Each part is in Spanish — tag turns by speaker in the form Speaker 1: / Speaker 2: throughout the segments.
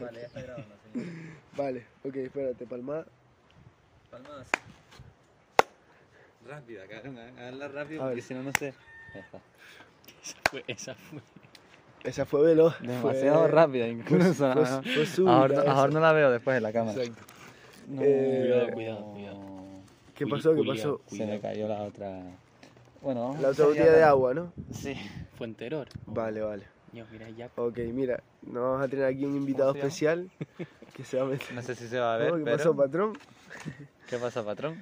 Speaker 1: Vale, ya está grabando, señor.
Speaker 2: Vale, ok, espérate, palmada.
Speaker 1: Palmadas.
Speaker 3: Rápida, cabrón, habla rápido
Speaker 2: A ver.
Speaker 3: porque si no, no sé. Ahí está.
Speaker 4: Fue- Esa fue
Speaker 2: Esa fue veloz. fue-
Speaker 3: Demasiado rápida, incluso.
Speaker 2: fue-
Speaker 3: ¿no?
Speaker 2: fue súbita
Speaker 3: ahora, no-
Speaker 2: esa.
Speaker 3: ahora no la veo después de la cámara.
Speaker 2: Exacto.
Speaker 3: No.
Speaker 2: Eh,
Speaker 4: Cuidado, cuidado, cuidado.
Speaker 2: ¿Qué
Speaker 4: Juli-
Speaker 2: pasó? ¿Qué
Speaker 4: Julia,
Speaker 2: pasó?
Speaker 3: Se me
Speaker 4: cuidado.
Speaker 3: cayó la otra. Bueno, vamos
Speaker 2: La
Speaker 3: a
Speaker 2: otra
Speaker 3: seguir
Speaker 2: botella de
Speaker 3: hablando.
Speaker 2: agua, ¿no?
Speaker 3: Sí.
Speaker 4: Fue anterior.
Speaker 2: Vale, vale.
Speaker 4: Dios, mira, ya.
Speaker 2: Ok, mira, nos vamos a tener aquí un invitado
Speaker 3: ¿Cómo se
Speaker 2: especial que se va a meter.
Speaker 3: No sé si se va a ver,
Speaker 2: ¿No? ¿Qué
Speaker 3: pero...
Speaker 2: pasó, patrón?
Speaker 3: ¿Qué pasa, patrón?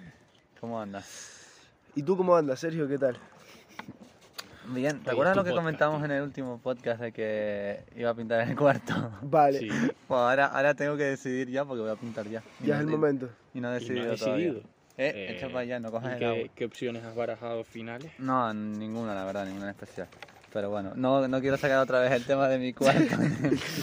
Speaker 3: ¿Cómo andas?
Speaker 2: ¿Y tú cómo andas, Sergio? ¿Qué tal?
Speaker 3: Bien, ¿te
Speaker 4: Oye,
Speaker 3: acuerdas
Speaker 4: tu
Speaker 3: lo que
Speaker 4: podcast,
Speaker 3: comentamos
Speaker 4: tío.
Speaker 3: en el último podcast de que iba a pintar en el cuarto?
Speaker 2: Vale,
Speaker 4: Sí,
Speaker 3: Pues ahora, ahora tengo que decidir ya porque voy a pintar ya. Y
Speaker 2: ya
Speaker 3: no
Speaker 2: es el
Speaker 3: he-
Speaker 2: momento.
Speaker 3: Y no he
Speaker 4: y no
Speaker 3: decidido,
Speaker 4: has
Speaker 3: todavía.
Speaker 4: decidido.
Speaker 3: Eh,
Speaker 4: Eh,
Speaker 3: echa para allá, no cojas
Speaker 4: ¿Y
Speaker 3: el
Speaker 4: qué,
Speaker 3: agua.
Speaker 4: qué opciones has barajado finales?
Speaker 3: No, ninguna, la verdad, ninguna en especial. Pero bueno, no, no quiero sacar otra vez el tema de mi cuarto.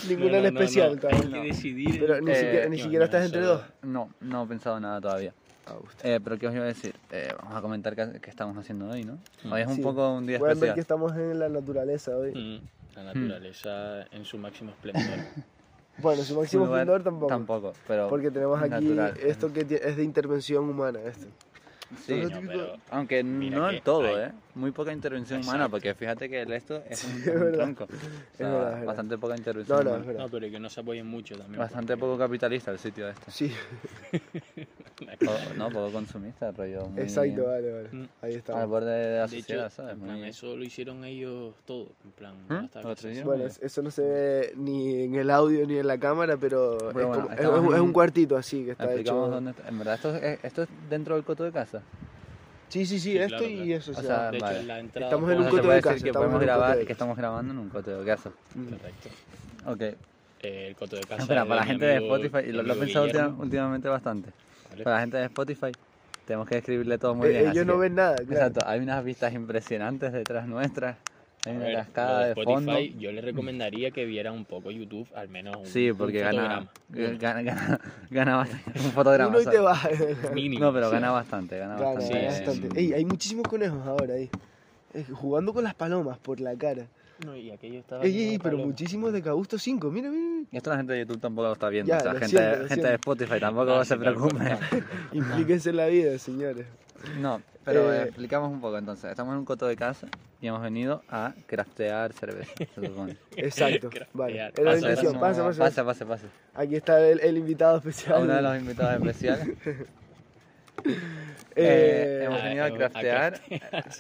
Speaker 2: Ninguna en
Speaker 4: No, no, no,
Speaker 2: especial,
Speaker 4: no,
Speaker 2: cabrón.
Speaker 4: Hay que decidir.
Speaker 2: Pero ni
Speaker 3: Eh,
Speaker 2: siquiera, ni
Speaker 4: no,
Speaker 2: siquiera
Speaker 4: no,
Speaker 2: estás entre
Speaker 4: eso-
Speaker 2: dos.
Speaker 3: no, no he pensado nada todavía.
Speaker 2: Ah, usted.
Speaker 3: Eh, pero ¿qué os iba a decir? Eh, vamos a comentar qué, qué estamos haciendo hoy, ¿no? Hoy es un
Speaker 2: Mm. Sí.
Speaker 3: poco un día
Speaker 2: Pueden ver
Speaker 3: especial.
Speaker 2: que estamos en la naturaleza hoy.
Speaker 4: Mm, La naturaleza en su máximo esplendor. Mm.
Speaker 2: Bueno, su máximo
Speaker 3: Un lugar-
Speaker 2: esplendor tampoco.
Speaker 3: Tampoco, pero...
Speaker 2: Porque tenemos aquí eh,
Speaker 3: natural.
Speaker 2: esto que ti- es de intervención humana. Esto.
Speaker 3: Sí,
Speaker 2: Lo
Speaker 4: No,
Speaker 2: típico-
Speaker 4: pero
Speaker 3: Aunque
Speaker 4: Mira
Speaker 3: no
Speaker 4: que
Speaker 3: del todo,
Speaker 4: hay-
Speaker 3: ¿eh? Muy poca intervención humana, porque fíjate que el esto es un,
Speaker 2: es
Speaker 3: es un
Speaker 2: verdad.
Speaker 3: tronco. O sea,
Speaker 2: verdad, es verdad.
Speaker 3: bastante poca
Speaker 2: No,
Speaker 3: intervención
Speaker 2: no, es
Speaker 3: humana.
Speaker 2: verdad.
Speaker 4: No, pero que no se apoyen mucho también. pues.
Speaker 3: Bastante poco capitalista el sitio este.
Speaker 2: Sí,
Speaker 3: Poco- no, poco consumista, rollo. muy- Ah,
Speaker 2: exacto, vale, vale.
Speaker 4: Mm.
Speaker 2: Ahí
Speaker 3: Al
Speaker 2: estamos.
Speaker 3: borde de la
Speaker 4: De
Speaker 3: sociedad,
Speaker 4: hecho,
Speaker 3: ¿sabes?
Speaker 4: en plan,
Speaker 3: Muy-
Speaker 4: eso lo hicieron ellos todo. En plan,
Speaker 3: ¿Mm?
Speaker 4: ya está,
Speaker 3: ¿Lo otro
Speaker 4: que se-
Speaker 3: día?
Speaker 2: Bueno, es- eso no se ve ni en el audio ni en la cámara, pero, es,
Speaker 3: bueno,
Speaker 2: como- es-
Speaker 3: estamos
Speaker 2: es un- es
Speaker 3: en-
Speaker 2: un cuartito así que está
Speaker 3: Explicamos
Speaker 2: hecho.
Speaker 3: dónde está. En verdad, esto es, esto es dentro del coto de casa.
Speaker 2: Sí, sí, sí,
Speaker 4: Sí,
Speaker 2: esto
Speaker 4: claro,
Speaker 2: y
Speaker 4: claro.
Speaker 2: eso.
Speaker 3: O
Speaker 2: se
Speaker 3: sea,
Speaker 2: llama.
Speaker 4: De hecho,
Speaker 3: Vale.
Speaker 4: en la entrada.
Speaker 2: Estamos en
Speaker 3: O
Speaker 2: un
Speaker 3: sea,
Speaker 2: coto
Speaker 3: se puede
Speaker 2: de casa,
Speaker 3: decir que
Speaker 2: estamos
Speaker 3: podemos
Speaker 2: en un coto
Speaker 3: grabar,
Speaker 2: de
Speaker 3: que estamos grabando en un coto de casa.
Speaker 4: Correcto.
Speaker 3: Ok.
Speaker 4: Eh, el coto de casa.
Speaker 3: Espera,
Speaker 4: de
Speaker 3: para la
Speaker 4: mi
Speaker 3: gente de
Speaker 4: amigo-
Speaker 3: Spotify, y lo,
Speaker 4: mi
Speaker 3: lo he
Speaker 4: amigo
Speaker 3: pensado
Speaker 4: Guillermo,
Speaker 3: última- últimamente bastante.
Speaker 4: ¿vale?
Speaker 3: Para la gente de Spotify, tenemos que describirle todo muy
Speaker 2: Eh,
Speaker 3: bien.
Speaker 2: ellos
Speaker 3: así
Speaker 2: no
Speaker 3: que-
Speaker 2: ven nada, claro.
Speaker 3: Exacto, hay unas vistas impresionantes detrás nuestras. Hay
Speaker 4: A
Speaker 3: una
Speaker 4: ver,
Speaker 3: cascada
Speaker 4: lo
Speaker 3: de, fondo.
Speaker 4: Spotify, Yo les recomendaría que vieran un poco YouTube, al menos un,
Speaker 3: Sí, porque
Speaker 4: un
Speaker 3: gana,
Speaker 4: fotograma.
Speaker 3: eh,
Speaker 4: Uno.
Speaker 3: gana, gana, gana bastante. Un fotograma.
Speaker 2: Uno y te
Speaker 3: ¿sabes?
Speaker 2: vas.
Speaker 4: Mínimo.
Speaker 3: No, pero
Speaker 4: sí.
Speaker 3: gana bastante, gana
Speaker 2: Claro,
Speaker 3: bastante.
Speaker 2: hay
Speaker 4: sí,
Speaker 3: en-
Speaker 2: bastante. Ey, hay muchísimos conejos ahora ahí. Eh, Jugando con las palomas por la cara.
Speaker 4: No, y aquello estaba
Speaker 2: Ey,
Speaker 4: lleno de
Speaker 2: ey, pero
Speaker 4: palomas.
Speaker 2: muchísimos de Cagusto 5. Mira, mira, mira.
Speaker 3: Esto la gente de YouTube tampoco lo está viendo.
Speaker 2: Ya,
Speaker 3: o sea,
Speaker 2: lo
Speaker 3: gente,
Speaker 2: siento, lo
Speaker 3: gente de
Speaker 2: siento.
Speaker 3: Spotify tampoco
Speaker 4: Ah,
Speaker 3: se
Speaker 4: sí, tal cual.
Speaker 3: preocupe.
Speaker 2: Implíquense en la vida, señores.
Speaker 3: No, pero
Speaker 2: Eh,
Speaker 3: eh, explicamos un poco entonces. Estamos en un coto de casa y hemos venido a craftear cerveza. se supone.
Speaker 2: Exacto. Vale.
Speaker 4: Crear.
Speaker 2: Era la
Speaker 4: Pasa,
Speaker 2: intención.
Speaker 3: No,
Speaker 2: Pasa, pasa, pasa.
Speaker 3: pasa, pasa, pasa.
Speaker 2: Aquí está el, el invitado
Speaker 3: A uno de
Speaker 2: especial.
Speaker 3: los invitados especiales. eh,
Speaker 2: Eh,
Speaker 3: hemos
Speaker 4: Ah,
Speaker 3: venido a
Speaker 4: hemos- a
Speaker 3: craftear,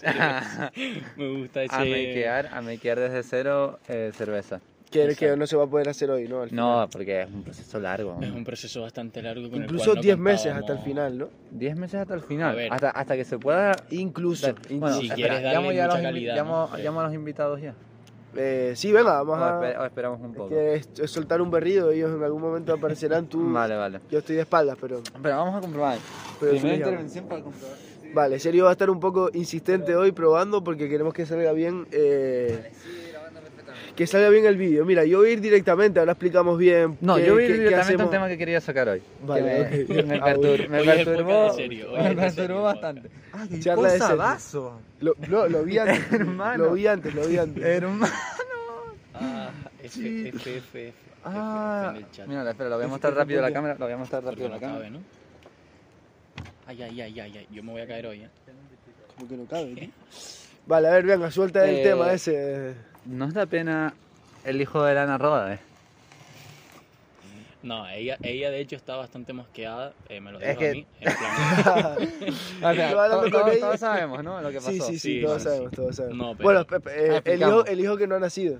Speaker 3: Ah, a,
Speaker 4: Me gusta ese.
Speaker 3: makear, a makear desde cero eh, cerveza.
Speaker 2: que, que no se va a poder hacer hoy, ¿no? Al
Speaker 3: No,
Speaker 2: final.
Speaker 3: porque es un proceso largo.
Speaker 4: Es un proceso bastante largo. Con el
Speaker 2: Incluso
Speaker 4: cual no
Speaker 2: 10 meses hasta el
Speaker 4: contábamos.
Speaker 2: final, ¿no?
Speaker 3: 10 meses hasta el final,
Speaker 4: A ver.
Speaker 3: hasta, hasta que se pueda...
Speaker 2: Incluso.
Speaker 3: dar- Bueno,
Speaker 4: Si
Speaker 3: espera,
Speaker 4: quieres darle
Speaker 3: llamo, ya a los
Speaker 4: mucha
Speaker 3: invi-
Speaker 4: calidad,
Speaker 3: llamo-
Speaker 4: ¿no?
Speaker 3: llamo a los invitados ya.
Speaker 2: Eh, sí, venga,
Speaker 3: O,
Speaker 2: vamos
Speaker 3: esper-
Speaker 2: a.
Speaker 3: o esperamos un
Speaker 2: Es
Speaker 3: poco.
Speaker 2: que es- es soltar un berrido, ellos en algún momento aparecerán. Tú.
Speaker 3: Vale, vale.
Speaker 2: Yo estoy de espaldas, pero.
Speaker 3: Pero vamos a comprobar.
Speaker 2: Pero
Speaker 3: Primera
Speaker 2: sí, ya.
Speaker 3: intervención para comprobar.
Speaker 2: Vale, Sergio va a estar un poco insistente hoy probando porque queremos que salga bien. eh, que salga bien el vídeo. Mira, yo voy a ir directamente, ahora explicamos bien.
Speaker 3: No,
Speaker 2: qué-
Speaker 3: yo voy
Speaker 2: qué- qué
Speaker 3: directamente al
Speaker 2: hacemos.
Speaker 3: tema que quería sacar hoy.
Speaker 2: Vale,
Speaker 3: que me,
Speaker 2: ok.
Speaker 3: me
Speaker 2: Ah, bueno.
Speaker 3: pertur- me
Speaker 4: Hoy es época
Speaker 3: perturbó,
Speaker 4: de serio, hoy es
Speaker 3: me
Speaker 4: de serio
Speaker 3: perturbó
Speaker 4: podcast.
Speaker 3: bastante.
Speaker 5: Ah, que
Speaker 2: Charla de
Speaker 5: con
Speaker 2: serio.
Speaker 5: sabazo.
Speaker 2: Lo, no, lo vi antes.
Speaker 3: Hermano.
Speaker 2: Lo vi antes, lo vi antes.
Speaker 3: Hermano.
Speaker 4: Ah, F, F, F, F,
Speaker 3: Ah,
Speaker 4: F en el chat.
Speaker 3: mira, espera, lo voy a mostrar rápido en la cámara. Lo voy a mostrar
Speaker 4: Porque
Speaker 3: rápido en
Speaker 4: no
Speaker 3: la
Speaker 4: cabe,
Speaker 3: cámara.
Speaker 4: ¿no? Ay, ay, ay, ay, ay. Yo me voy a caer hoy, ¿eh?
Speaker 2: Como que no cabe. ¿no? Vale, a ver, venga, suelta el
Speaker 3: Eh,
Speaker 2: tema ese.
Speaker 3: ¿No es la pena el hijo de Lana Roda? eh.
Speaker 4: No, ella, ella de hecho está bastante mosqueada. eh, me lo
Speaker 3: Es
Speaker 4: dijo
Speaker 3: que-
Speaker 4: a mí. en plan-
Speaker 2: Yo hablando
Speaker 3: todos,
Speaker 2: con
Speaker 3: todos-
Speaker 2: ella.
Speaker 3: todos sabemos, ¿no? Lo que pasó.
Speaker 2: Sí, sí, sí,
Speaker 4: Sí,
Speaker 2: todos
Speaker 4: sí,
Speaker 2: sabemos, todos sabemos.
Speaker 4: No, pero-
Speaker 2: Bueno, pe- pe- eh,
Speaker 3: Ah,
Speaker 2: el,
Speaker 3: explicamos.
Speaker 2: hijo, el hijo que no ha nacido.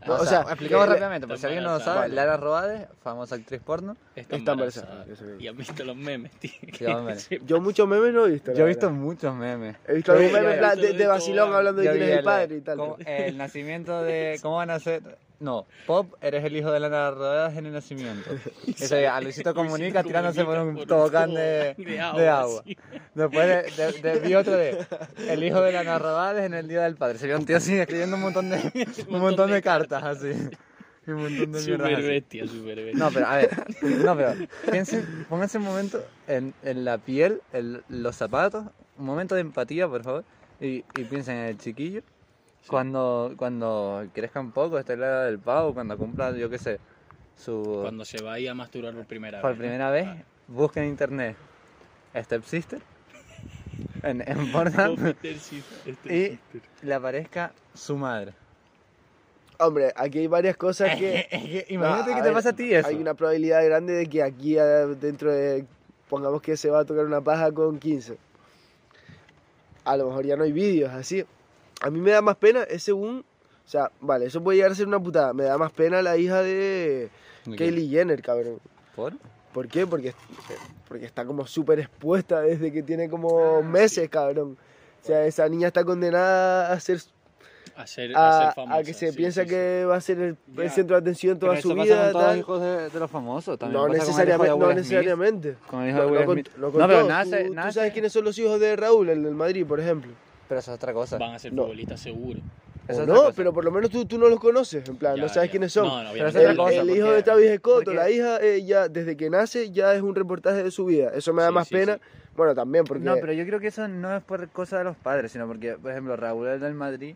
Speaker 4: Ah,
Speaker 3: O, sea, explicamos
Speaker 2: eh,
Speaker 3: rápidamente, por si
Speaker 4: está
Speaker 3: alguien no lo
Speaker 4: embarazada.
Speaker 3: sabe, Lara Roades, famosa actriz porno.
Speaker 4: está
Speaker 2: está
Speaker 4: embarazada.
Speaker 2: embarazada, eso sí.
Speaker 4: Y han visto los memes, tío.
Speaker 3: Sí, los memes.
Speaker 4: Sí,
Speaker 2: Yo muchos memes no he visto. la
Speaker 3: Yo he visto
Speaker 2: verdad.
Speaker 3: muchos memes.
Speaker 2: He visto algún
Speaker 3: Yo vi-
Speaker 2: meme en
Speaker 3: yo-
Speaker 2: plan
Speaker 4: yo
Speaker 2: de,
Speaker 4: vi
Speaker 2: de
Speaker 4: todo,
Speaker 2: vacilón hablando de
Speaker 3: Yo
Speaker 2: quién
Speaker 3: vi
Speaker 2: es el
Speaker 3: el-
Speaker 2: padre y tal.
Speaker 3: cómo- El nacimiento de. ¿Cómo van a ser? No, Pop, eres el hijo de Lana Rodas en el nacimiento. Eso ya, a Luisito comunica
Speaker 4: Luisito
Speaker 3: tirándose por un
Speaker 4: Comunica
Speaker 3: tobogán de,
Speaker 4: de
Speaker 3: de
Speaker 4: agua,
Speaker 3: agua.
Speaker 4: sí.
Speaker 3: Después de, de- de- vi otro de. El hijo de Lana Rodas en el día del padre. Sería un tío así escribiendo un montón de, un montón de cartas así. Y un montón de mierdas
Speaker 4: Super
Speaker 3: así.
Speaker 4: bestia, super bestia.
Speaker 3: No, pero a ver, no, pero piensen, pónganse un momento en, en la piel, en los zapatos, un momento de empatía, por favor, y, y piensen en el chiquillo. Cuando, cuando crezca un poco, esté la edad del pavo, cuando cumpla, yo qué sé, su,
Speaker 4: Cuando se vaya a masturbar por primera
Speaker 3: por
Speaker 4: vez. ¿no?
Speaker 3: primera vez, busquen en internet Step Sister en, en Pornhub,
Speaker 4: Peter Sister, este
Speaker 3: Y-
Speaker 4: Sister.
Speaker 3: le aparezca su madre.
Speaker 2: Hombre, aquí hay varias cosas que...
Speaker 3: Es que imagínate
Speaker 2: No,
Speaker 3: que
Speaker 2: a
Speaker 3: te
Speaker 2: ver,
Speaker 3: pasa a ti eso.
Speaker 2: Hay una probabilidad grande de que aquí a- dentro de... Pongamos que se va a tocar una paja con 15. A lo mejor ya no hay vídeos así. A mí me da más pena, es según... O sea, vale, eso puede llegar a ser una putada. Me da más pena la hija de Kylie Jenner, cabrón.
Speaker 3: ¿Por?
Speaker 2: ¿Por qué? Porque, porque está como súper expuesta desde que tiene
Speaker 3: Ah,
Speaker 2: como meses, cabrón. O sea, esa niña está condenada a ser
Speaker 4: A ser, a
Speaker 2: a,
Speaker 4: ser famosa,
Speaker 2: a que se
Speaker 4: sí,
Speaker 2: piensa
Speaker 4: sí, sí.
Speaker 2: que va a ser el, el
Speaker 3: Ya.
Speaker 2: centro de atención toda
Speaker 3: Pero
Speaker 2: su
Speaker 3: eso pasa
Speaker 2: vida.
Speaker 3: con todos
Speaker 2: tal.
Speaker 3: los hijos de, de los famosos. También
Speaker 2: No,
Speaker 3: pasa con el hijo
Speaker 2: necesariamente, no
Speaker 3: de Will Smith,
Speaker 2: necesariamente.
Speaker 3: Con el hijo
Speaker 2: No,
Speaker 3: de Will
Speaker 2: no con-
Speaker 3: Smith.
Speaker 2: no
Speaker 3: No,
Speaker 2: con
Speaker 3: pero
Speaker 2: todos.
Speaker 3: nace,
Speaker 2: Tú- ¿Tú,
Speaker 3: nace-
Speaker 2: sabes quiénes son los hijos de Raúl, el del Madrid, por ejemplo?
Speaker 3: Pero eso es otra cosa.
Speaker 4: Van a ser
Speaker 2: No.
Speaker 4: futbolistas seguro.
Speaker 3: Eso
Speaker 2: O
Speaker 3: es otra
Speaker 2: no,
Speaker 3: cosa.
Speaker 2: pero por lo menos tú, tú no los conoces, en plan,
Speaker 4: Ya,
Speaker 2: no sabes
Speaker 4: ya.
Speaker 2: quiénes son.
Speaker 4: No,
Speaker 3: Pero
Speaker 4: no, obviamente.
Speaker 3: esa es
Speaker 2: El,
Speaker 3: otra cosa,
Speaker 2: el hijo
Speaker 3: porque-
Speaker 2: de Travis Scott, o
Speaker 3: porque-
Speaker 2: la hija, eh, ya desde que nace ya es un reportaje de su vida. Eso me da
Speaker 4: Sí,
Speaker 2: más
Speaker 4: sí,
Speaker 2: pena.
Speaker 4: sí.
Speaker 2: Bueno, también, porque
Speaker 3: No, pero yo creo que eso no es por cosa de los padres, sino porque, por ejemplo, Raúl el del Madrid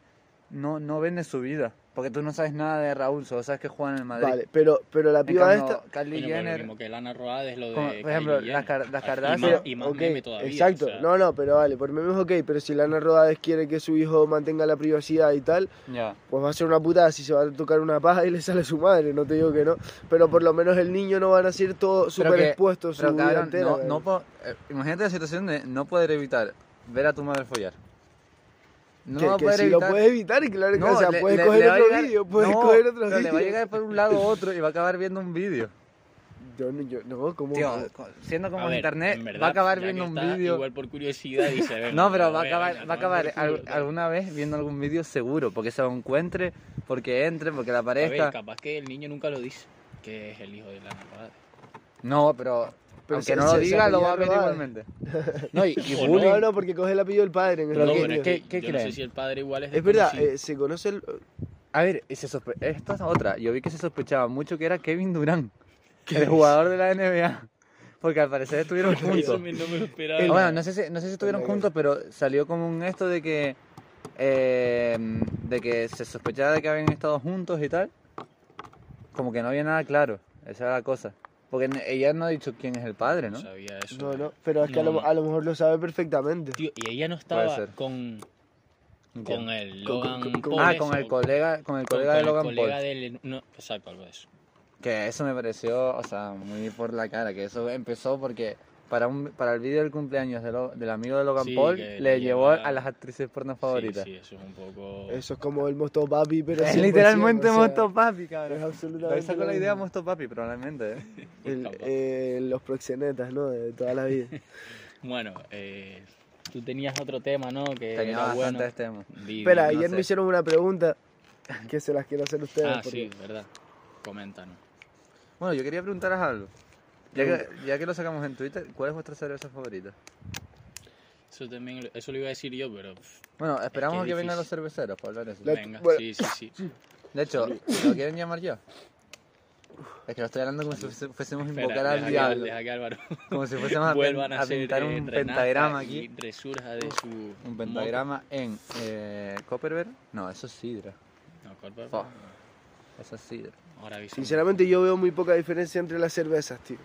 Speaker 3: no, no vende su vida. Porque tú no sabes nada de Raúl, solo sabes que juega en el Madrid.
Speaker 2: Vale, pero, pero la
Speaker 3: En
Speaker 2: piba
Speaker 3: cambio,
Speaker 2: esta.
Speaker 3: Kylie
Speaker 4: Coño, pero
Speaker 3: Jenner,
Speaker 4: lo mismo que Lana Roada es lo de.
Speaker 3: como, por
Speaker 4: Kylie
Speaker 3: ejemplo, las,
Speaker 4: Jenner.
Speaker 3: Kar- las
Speaker 4: Ah, y
Speaker 3: Kardashian.
Speaker 4: más-
Speaker 2: pero-
Speaker 4: Y más
Speaker 2: ok,
Speaker 4: meme todavía.
Speaker 2: Exacto.
Speaker 4: o sea,
Speaker 2: No, no, pero vale, por memes ok, pero si Lana Rodades quiere que su hijo mantenga la privacidad y tal,
Speaker 3: Ya.
Speaker 2: pues va a ser una putada si se va a tocar una paja y le sale su madre, no te digo que no. Pero por lo menos el niño no va a nacer todo
Speaker 3: Pero
Speaker 2: súper
Speaker 3: que-
Speaker 2: expuesto su
Speaker 3: pero,
Speaker 2: vida
Speaker 3: cabrón,
Speaker 2: entera,
Speaker 3: no,
Speaker 2: cabrón.
Speaker 3: no po- eh, imagínate la situación de no poder evitar ver a tu madre follar. No
Speaker 2: que
Speaker 3: va a
Speaker 2: que
Speaker 3: poder
Speaker 2: si lo
Speaker 3: evitar.
Speaker 2: puedes evitar, claro que
Speaker 3: No,
Speaker 2: o sea,
Speaker 3: le-
Speaker 2: puedes
Speaker 3: le-
Speaker 2: coger
Speaker 3: le va a
Speaker 2: otro
Speaker 3: llegar-
Speaker 2: vídeo, puedes
Speaker 3: no,
Speaker 2: coger otro
Speaker 3: pero
Speaker 2: vídeo.
Speaker 3: Le va a llegar por un lado u otro y va a acabar viendo un vídeo.
Speaker 2: Yo, no- yo, no, como...
Speaker 3: Tío, co- siendo
Speaker 4: a
Speaker 3: como
Speaker 4: ver,
Speaker 3: internet,
Speaker 4: en
Speaker 3: va
Speaker 4: verdad,
Speaker 3: a acabar
Speaker 4: ya
Speaker 3: viendo
Speaker 4: que
Speaker 3: un
Speaker 4: está,
Speaker 3: vídeo.
Speaker 4: Igual por curiosidad dice. "Venga,
Speaker 3: No, pero va a
Speaker 4: venga,
Speaker 3: acabar,
Speaker 4: venga,
Speaker 3: va a acabar
Speaker 4: tomar por
Speaker 3: al-
Speaker 4: culo", tal.
Speaker 3: alguna vez viendo algún vídeo seguro, porque se lo encuentre, porque entre, porque le
Speaker 4: A ver,
Speaker 3: aparezca.
Speaker 4: capaz que el niño nunca lo dice. Que es el hijo de Lana Roada.
Speaker 3: No, pero,
Speaker 2: Pero
Speaker 3: aunque
Speaker 2: se-
Speaker 3: no lo
Speaker 2: se- se
Speaker 3: diga,
Speaker 2: apellida
Speaker 3: lo va a ver
Speaker 2: Rodada.
Speaker 3: igualmente. No, y,
Speaker 4: O no,
Speaker 2: No, no, porque coge el apellido del padre en
Speaker 3: Pero
Speaker 4: No,
Speaker 2: Estados
Speaker 3: ¿qué-
Speaker 4: pero es
Speaker 2: Unidos.
Speaker 3: qué-
Speaker 4: que
Speaker 3: qué
Speaker 4: yo no sé
Speaker 3: creen?
Speaker 4: si el padre igual es
Speaker 2: Es verdad,
Speaker 4: desconocido.
Speaker 2: eh, se conoce el...
Speaker 3: A ver, y se sospe- esta es otra. Yo vi que se sospechaba mucho que era Kevin Durant, el jugador de la NBA, porque al parecer estuvieron
Speaker 4: Eso
Speaker 3: juntos.
Speaker 4: me- no me lo esperaba.
Speaker 3: Ah, Bueno, no sé si, no sé si estuvieron
Speaker 2: Venga,
Speaker 3: juntos, pero salió como un esto de que eh, de que se sospechaba de que habían estado juntos y tal. Como que no había nada claro, esa era la cosa. Porque n- ella no ha dicho quién es el padre, ¿no?
Speaker 4: sabía eso.
Speaker 2: No, no, pero es que a,
Speaker 4: No.
Speaker 2: lo, a lo mejor lo sabe perfectamente.
Speaker 4: Tío, y ella no
Speaker 3: ser.
Speaker 4: estaba con, con
Speaker 3: Entiendo.
Speaker 4: el
Speaker 2: Con-
Speaker 4: Logan
Speaker 2: con- con-
Speaker 4: Paul
Speaker 3: ah,
Speaker 4: ese,
Speaker 3: con el
Speaker 4: o-
Speaker 3: colega, con el
Speaker 4: con-
Speaker 3: colega
Speaker 4: con
Speaker 3: de
Speaker 4: el
Speaker 3: Logan Paul.
Speaker 4: colega del- no, exacto, algo de eso.
Speaker 3: Que eso me pareció, o sea, muy por la cara, que eso empezó porque para un para el vídeo del cumpleaños de Lo- del amigo de Logan
Speaker 4: Sí,
Speaker 3: Paul
Speaker 4: que
Speaker 3: le,
Speaker 4: le
Speaker 3: llevó
Speaker 4: llevaba-
Speaker 3: a las actrices porno favoritas.
Speaker 4: Sí, sí, eso es un poco...
Speaker 2: Eso es como el Mosto Papi, pero
Speaker 3: Es
Speaker 2: 100%,
Speaker 3: literalmente
Speaker 2: pues o sea,
Speaker 3: Mosto Papi,
Speaker 2: Es
Speaker 3: cabrón. Lo
Speaker 2: absolutamente.
Speaker 3: sacó
Speaker 2: lo
Speaker 3: la idea
Speaker 2: mismo.
Speaker 3: Mosto Papi, probablemente. ¿eh?
Speaker 2: El- eh, los proxenetas, ¿no? De toda la vida.
Speaker 4: Bueno, eh, tú tenías otro tema, Eh, ¿no? Que
Speaker 3: Tenía
Speaker 4: era bueno.
Speaker 3: bastantes temas.
Speaker 4: Di-
Speaker 2: Espera,
Speaker 4: di-
Speaker 3: no
Speaker 2: ayer
Speaker 3: sé.
Speaker 2: me hicieron una pregunta que se las quiero hacer a ustedes.
Speaker 4: Ah, sí,
Speaker 2: porque-
Speaker 4: verdad. Coméntanos.
Speaker 3: Bueno, yo quería preguntaros algo. Ya que, ya que lo sacamos en Twitter, ¿cuál es vuestra cerveza favorita?
Speaker 4: Eso también, lo- eso lo iba a decir yo, pero... pff,
Speaker 3: Bueno, esperamos
Speaker 4: Es
Speaker 3: a
Speaker 4: que
Speaker 3: que
Speaker 4: es
Speaker 3: vengan
Speaker 4: difícil.
Speaker 3: los cerveceros para hablar de eso.
Speaker 2: La-
Speaker 4: venga,
Speaker 2: bueno.
Speaker 4: sí, sí, sí.
Speaker 3: De hecho, ¿lo quieren llamar ya? Es que lo estoy hablando como si fuese- fuésemos a
Speaker 4: Espera,
Speaker 3: invocar al
Speaker 4: deja que-
Speaker 3: diablo.
Speaker 4: deja que Álvaro
Speaker 3: Como si fuésemos a,
Speaker 4: vuelvan
Speaker 3: Ah, pen-
Speaker 4: a,
Speaker 3: a
Speaker 4: hacer
Speaker 3: pintar
Speaker 4: eh,
Speaker 3: un
Speaker 4: Renata
Speaker 3: pentagrama
Speaker 4: Y
Speaker 3: aquí.
Speaker 4: resurja de su...
Speaker 3: Un pentagrama en eh, Copperberg. No, eso es sidra.
Speaker 4: moco. No, Corpa,
Speaker 3: Fa. Eso es sidra.
Speaker 4: Ahora avisamos.
Speaker 2: Sinceramente, yo veo muy poca diferencia entre las cervezas, tío.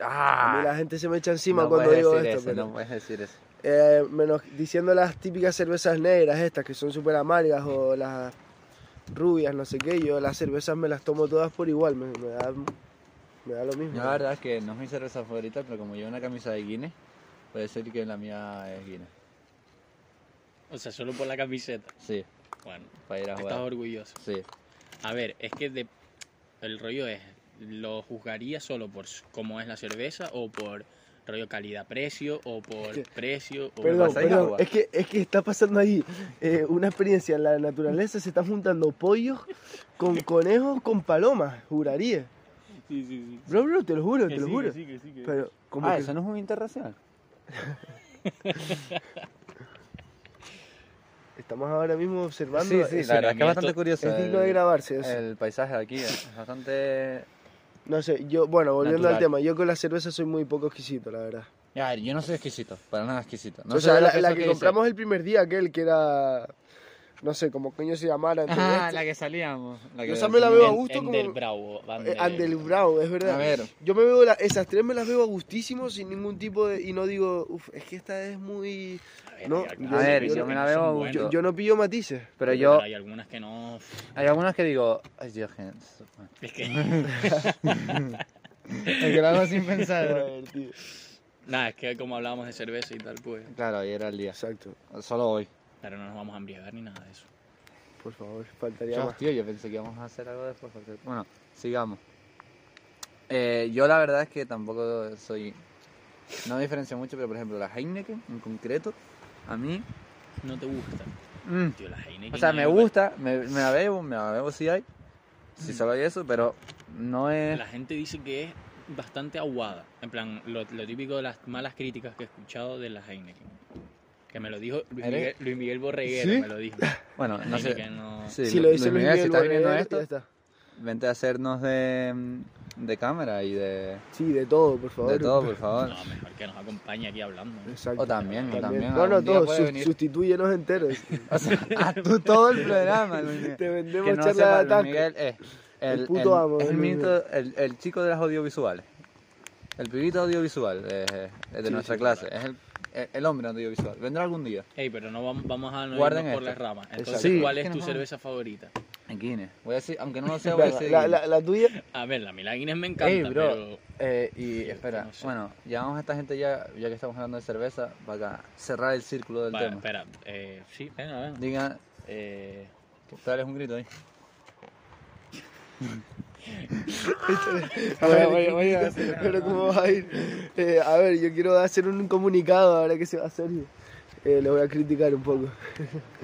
Speaker 2: A mí la
Speaker 3: ¡Ah!
Speaker 2: gente se me echa encima
Speaker 3: no
Speaker 2: cuando
Speaker 3: puedes
Speaker 2: digo
Speaker 3: decir
Speaker 2: esto.
Speaker 3: eso,
Speaker 2: pero-
Speaker 3: no puedes decir eso.
Speaker 2: Eh, menos diciendo las típicas cervezas negras estas que son súper amargas o las rubias, no sé qué, yo las cervezas me las tomo todas por igual, me, me da, me da lo mismo.
Speaker 3: Yo la verdad es que no es mi cerveza favorita, pero como llevo una camisa de Guinness, puede ser que la mía es Guinness.
Speaker 4: O sea, solo por la camiseta.
Speaker 3: Sí,
Speaker 4: Bueno,
Speaker 3: para ir a
Speaker 4: estás
Speaker 3: jugar.
Speaker 4: orgulloso.
Speaker 3: Sí.
Speaker 4: A ver, es que de- el rollo es, ¿lo juzgaría solo por s- cómo es la cerveza o por rollo calidad-precio o por
Speaker 2: que-
Speaker 4: precio? O
Speaker 2: Perdón,
Speaker 3: pasáis
Speaker 2: perdón,
Speaker 3: agua?
Speaker 2: es que, es que está pasando ahí eh, una experiencia en la naturaleza, se están juntando pollos con conejos, con palomas, juraría.
Speaker 4: Sí, sí, sí.
Speaker 2: Bro, bro, te lo juro, te lo juro. Pero, como
Speaker 3: Ah,
Speaker 2: que-
Speaker 3: eso no es un internacional.
Speaker 2: estamos ahora mismo observando,
Speaker 3: Sí, sí,
Speaker 2: es,
Speaker 3: la verdad es que es bastante
Speaker 4: esto-
Speaker 3: curioso.
Speaker 2: es digno
Speaker 3: el-
Speaker 2: de grabarse eso.
Speaker 3: El paisaje de aquí es bastante...
Speaker 2: No sé, yo, bueno, volviendo al
Speaker 3: Natural.
Speaker 2: tema, yo con la cerveza soy muy poco exquisito, la verdad.
Speaker 3: A ver, yo no soy exquisito, para nada exquisito. No
Speaker 2: o
Speaker 3: soy
Speaker 2: sea,
Speaker 3: de
Speaker 2: la,
Speaker 3: esos
Speaker 2: la que,
Speaker 3: dicen,
Speaker 2: compramos el primer día, aquel que era no sé, como coño se llamara. ¿entendés?
Speaker 3: Ah, la que salíamos. La que
Speaker 2: Yo esa me la veo a
Speaker 4: En-
Speaker 2: gusto
Speaker 4: en
Speaker 2: como-
Speaker 4: Del Bravo. van
Speaker 2: Eh,
Speaker 4: de-
Speaker 2: Andel Bravo, es verdad.
Speaker 3: A ver.
Speaker 2: Yo me veo la- esas tres me las veo a gustísimo sin ningún tipo de y no digo, uff, es que esta es muy no,
Speaker 4: hay
Speaker 2: yo-
Speaker 4: algunas
Speaker 2: a ver,
Speaker 4: que
Speaker 2: yo
Speaker 4: no
Speaker 2: me
Speaker 3: la
Speaker 4: son
Speaker 3: veo a
Speaker 4: buenas,
Speaker 3: gusto.
Speaker 2: yo, yo no pillo matices.
Speaker 3: Pero yo,
Speaker 4: Hay algunas que no.
Speaker 3: hay algunas que digo, ay Dios, gente.
Speaker 4: Es que.
Speaker 3: El que lo hago sin pensar. bro.
Speaker 2: Joder, tío.
Speaker 4: Nada, es que como hablábamos de cerveza y tal, pues.
Speaker 3: Claro, hoy era el día.
Speaker 2: Exacto.
Speaker 3: Solo hoy.
Speaker 4: Pero no nos vamos a embriagar ni nada de eso.
Speaker 2: Por favor, faltaría
Speaker 3: Yo,
Speaker 2: más.
Speaker 3: tío, yo pensé que íbamos a hacer algo después. porque- Bueno, sigamos. Eh, yo la verdad es que tampoco soy... No me diferencio mucho, pero por ejemplo, la Heineken en concreto, a mí...
Speaker 4: No te gusta.
Speaker 3: mm,
Speaker 4: Tío, la Heineken.
Speaker 3: O sea, me
Speaker 4: es-
Speaker 3: gusta, me, me la bebo, me la bebo si hay, si
Speaker 2: Mm.
Speaker 3: solo hay eso, pero no es...
Speaker 4: La gente dice que es bastante aguada. En plan, lo, lo típico de las malas críticas que he escuchado de la Heineken. Que me lo dijo Luis,
Speaker 3: ¿Eres?
Speaker 4: Miguel, Luis Miguel Borreguero,
Speaker 2: ¿Sí?
Speaker 4: me lo dijo.
Speaker 3: Bueno,
Speaker 4: La
Speaker 3: no sé...
Speaker 4: Heineken no-
Speaker 3: Sí,
Speaker 2: si lo dice Luis Miguel,
Speaker 3: si estás viendo
Speaker 2: Borrero,
Speaker 3: esto,
Speaker 2: ya está.
Speaker 3: vente a hacernos de, de cámara y de,
Speaker 2: Sí, de todo, por favor.
Speaker 3: de todo, por favor.
Speaker 4: No, mejor que nos acompañe aquí hablando. ¿no?
Speaker 2: Exacto.
Speaker 3: O también, o también.
Speaker 2: No, no,
Speaker 3: algún día
Speaker 2: todo,
Speaker 3: puede
Speaker 2: sus-
Speaker 3: venir.
Speaker 2: sustituyenos enteros.
Speaker 3: O sea, haz tú todo el programa, Luis Miguel.
Speaker 2: Te vendemos
Speaker 3: Que no
Speaker 2: charla
Speaker 3: sepa,
Speaker 2: de
Speaker 3: Luis
Speaker 2: atasco.
Speaker 3: Miguel es el,
Speaker 2: El puto
Speaker 3: el-
Speaker 2: amo,
Speaker 3: es el,
Speaker 2: Luis Miguel.
Speaker 3: minito- el- el chico de las audiovisuales. El pibito audiovisual eh, eh, de
Speaker 2: Sí,
Speaker 3: nuestra
Speaker 2: sí,
Speaker 3: clase. Es el, el- el hombre audiovisual. Vendrá algún día.
Speaker 4: Ey, pero no vamos, vamos a no
Speaker 3: Guarden
Speaker 4: irnos por
Speaker 3: esto.
Speaker 4: las ramas. Entonces,
Speaker 2: Exacto.
Speaker 3: Sí,
Speaker 4: ¿cuál
Speaker 3: es que
Speaker 4: es tu
Speaker 3: nos vamos.
Speaker 4: cerveza favorita?
Speaker 3: En Guinness. Voy a decir, aunque no lo sea, voy a
Speaker 2: Venga,
Speaker 3: decir.
Speaker 2: la,
Speaker 3: Guinness.
Speaker 2: la, la tuya,
Speaker 4: A ver, la Milaguines me encanta,
Speaker 3: Ey, bro.
Speaker 4: pero...
Speaker 3: Eh, y
Speaker 4: es que
Speaker 3: espera,
Speaker 4: no sé.
Speaker 3: bueno, llamamos a esta gente ya, ya que estamos hablando de cerveza, para cerrar el círculo del
Speaker 4: Vale,
Speaker 3: tema.
Speaker 4: espera, eh, sí, venga, venga.
Speaker 3: Digan,
Speaker 4: Eh,
Speaker 3: dale un grito ahí.
Speaker 2: A ver, pero cómo va a ir. Eh, a ver, yo quiero hacer un comunicado ahora que se va a hacer. Eh, lo voy a criticar un poco.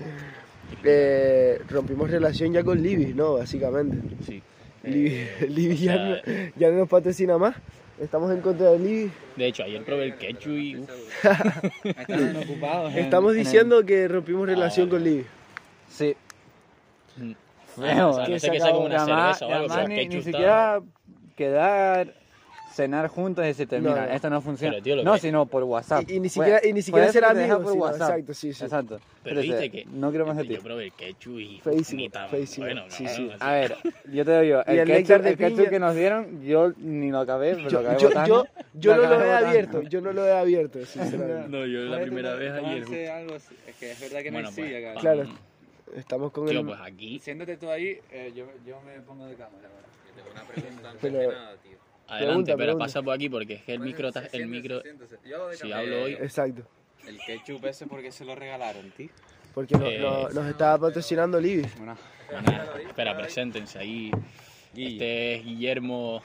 Speaker 2: Eh, rompimos relación ya con Libby, ¿no? Básicamente.
Speaker 4: sí.
Speaker 2: Libby,
Speaker 4: Eh,
Speaker 2: Libby
Speaker 4: o
Speaker 2: ya,
Speaker 4: sea,
Speaker 2: no, ya no nos patrocina más. Estamos en contra de Libby.
Speaker 4: De hecho, ayer probé el ketchup y... uf,
Speaker 3: Están ocupados.
Speaker 2: Estamos diciendo que rompimos relación con Libby.
Speaker 3: Sí.
Speaker 4: mm,
Speaker 3: Feo,
Speaker 4: o sea,
Speaker 2: que
Speaker 4: no sé
Speaker 2: se
Speaker 4: qué sea
Speaker 2: acabó.
Speaker 4: como una
Speaker 3: Llamar-
Speaker 4: cerveza o algo,
Speaker 3: llamar
Speaker 4: pero
Speaker 3: ni,
Speaker 4: ketchup
Speaker 3: ni
Speaker 4: está-
Speaker 3: siquiera quedar, cenar juntos y decirte,
Speaker 2: No,
Speaker 3: mira,
Speaker 2: no.
Speaker 3: esto no funciona.
Speaker 4: Pero, tío, lo
Speaker 3: no,
Speaker 4: que-
Speaker 3: sino por WhatsApp.
Speaker 2: Y- y ni
Speaker 3: Pues,
Speaker 2: siquiera- y ni siquiera
Speaker 3: puede
Speaker 2: ser
Speaker 3: que te deja
Speaker 2: amigos,
Speaker 3: por
Speaker 2: sino-
Speaker 3: WhatsApp.
Speaker 2: exacto, sí, sí.
Speaker 3: Exacto.
Speaker 4: Pero
Speaker 3: dice,
Speaker 4: viste que...
Speaker 3: No quiero más de ti.
Speaker 4: Yo probé el ketchup y... uf,
Speaker 2: Feísimo,
Speaker 4: ni tan
Speaker 2: feísimo,
Speaker 4: Bueno,
Speaker 2: sí,
Speaker 4: cabrón,
Speaker 2: sí.
Speaker 4: o sea,
Speaker 3: A ver, yo te digo,
Speaker 2: Y
Speaker 3: el,
Speaker 2: el
Speaker 3: ketchup,
Speaker 2: néctar de
Speaker 3: el ketchup
Speaker 2: piña.
Speaker 3: que nos dieron, yo ni lo acabé, pero lo
Speaker 2: Yo,
Speaker 3: acabé
Speaker 2: yo,
Speaker 3: botando.
Speaker 2: yo, yo
Speaker 3: Lo
Speaker 2: no lo
Speaker 3: acabé
Speaker 2: he
Speaker 3: botando.
Speaker 2: abierto, yo no lo he abierto,
Speaker 3: Ah,
Speaker 2: sinceramente.
Speaker 4: No, yo la primera vez ayer... justo.
Speaker 3: Es que es verdad que
Speaker 4: Bueno, pues... vamos.
Speaker 2: Claro. Estamos con
Speaker 4: Tío,
Speaker 2: el.
Speaker 4: pues aquí...
Speaker 3: Siéntate tú ahí, eh, yo, me pongo de cámara.
Speaker 5: Tengo una pregunta antes
Speaker 2: Pero-
Speaker 5: que nada, tío.
Speaker 4: Adelante, pero
Speaker 2: pregunta.
Speaker 4: pasa por aquí porque es que el
Speaker 5: Bueno,
Speaker 4: micro...
Speaker 5: se-
Speaker 4: ta- El
Speaker 5: siéntese,
Speaker 4: micro...
Speaker 5: siéntese. Yo hago de
Speaker 4: si
Speaker 5: cámara.
Speaker 4: hablo hoy-
Speaker 2: Exacto.
Speaker 5: El ketchup ese porque se lo regalaron, tío.
Speaker 2: Porque no-
Speaker 4: Eh,
Speaker 2: no- nos estaba patrocinando Libby.
Speaker 4: Nada, espera, preséntense ahí. Este es Guillermo,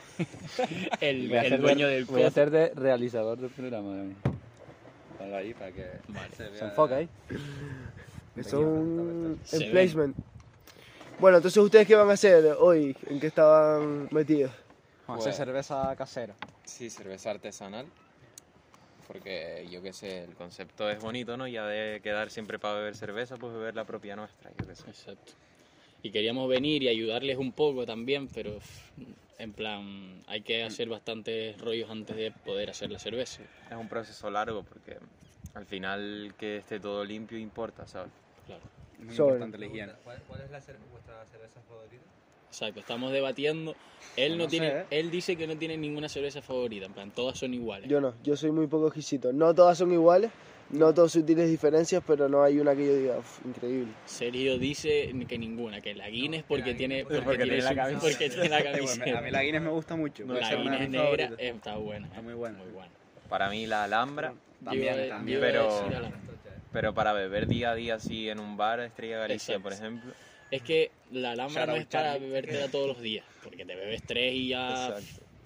Speaker 4: el, el dueño del
Speaker 3: Voy a
Speaker 4: podcast.
Speaker 3: ser de realizador del programa. ahora mismo.
Speaker 5: Ponlo ahí para que
Speaker 4: Vale.
Speaker 5: se vea.
Speaker 3: Se enfoca ahí.
Speaker 2: Eso es un
Speaker 4: Se ven.
Speaker 2: emplacement. Bueno, entonces ustedes qué van a hacer hoy, en qué estaban metidos.
Speaker 5: Vamos a hacer
Speaker 3: cerveza casera.
Speaker 5: Sí, cerveza artesanal. Porque yo qué sé, el concepto es bonito, ¿no? Ya de quedar siempre para beber cerveza, pues beber la propia nuestra, yo qué sé.
Speaker 4: Exacto. Y queríamos venir y ayudarles un poco también, pero pff, en plan, hay que hacer bastantes rollos antes de poder hacer la cerveza.
Speaker 5: Es un proceso largo porque al final que esté todo limpio importa, ¿sabes?
Speaker 4: Claro.
Speaker 2: muy Sobre. importante
Speaker 5: la higiene.
Speaker 4: Exacto, estamos debatiendo. Él
Speaker 3: No
Speaker 4: no,
Speaker 3: sé,
Speaker 4: tiene,
Speaker 3: ¿eh?
Speaker 4: él dice que no tiene ninguna cerveza favorita, en plan, todas son iguales.
Speaker 2: Yo no, yo soy muy poco exquisito. No todas son iguales, no todas sutiles diferencias, pero no hay una que yo diga, "Uf, increíble.
Speaker 4: Sergio dice que ninguna, que la Guinness porque tiene porque,
Speaker 6: porque
Speaker 4: tiene
Speaker 6: tiene la
Speaker 4: su-
Speaker 6: cabeza.
Speaker 4: porque tiene la
Speaker 6: Igual,
Speaker 4: camiseta.
Speaker 6: a mí la Guinness me gusta mucho.
Speaker 4: La
Speaker 6: puede ser una de
Speaker 4: Guinness
Speaker 6: mis
Speaker 4: negra
Speaker 6: favoritas.
Speaker 4: eh, está buena.
Speaker 6: Está
Speaker 4: eh,
Speaker 6: muy buena.
Speaker 4: Muy buena.
Speaker 5: Para mí la alhambra,
Speaker 6: También,
Speaker 4: Yo iba-
Speaker 6: también.
Speaker 4: yo iba a
Speaker 5: Pero-
Speaker 4: decir a la-
Speaker 5: pero para beber día a día así en un bar, Estrella Galicia, por
Speaker 4: Exacto.
Speaker 5: ejemplo.
Speaker 4: Es que la alhambra
Speaker 6: Shout
Speaker 4: no
Speaker 6: out,
Speaker 4: es para
Speaker 6: Charlie.
Speaker 4: bebértela todos los días, porque te bebes tres y ya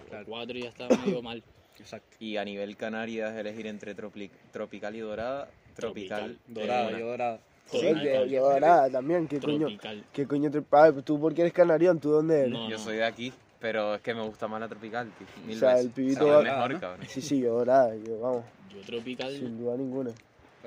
Speaker 4: o cuatro y ya está medio mal.
Speaker 6: Exacto.
Speaker 5: Y a nivel Canarias, elegir entre tropic- tropical y dorada. Tropical.
Speaker 4: Tropical,
Speaker 5: de
Speaker 6: Dorado,
Speaker 5: una.
Speaker 6: yo dorado.
Speaker 2: Joder,
Speaker 4: Tropical.
Speaker 2: que- que dorada también, qué coño.
Speaker 4: tropical.
Speaker 2: ¿Qué coño te ah, Tú porque eres canarión, ¿tú dónde eres?
Speaker 4: No,
Speaker 5: Yo
Speaker 4: no.
Speaker 5: soy de aquí, pero es que me gusta más la tropical, tío. Mil
Speaker 2: O sea,
Speaker 5: veces.
Speaker 2: el pibito
Speaker 5: Sabe
Speaker 2: va-
Speaker 5: mejor,
Speaker 6: ¿no?
Speaker 5: cabrón.
Speaker 2: Sí, sí, yo dorada, yo vamos,
Speaker 4: Yo tropical
Speaker 2: sin duda ninguna.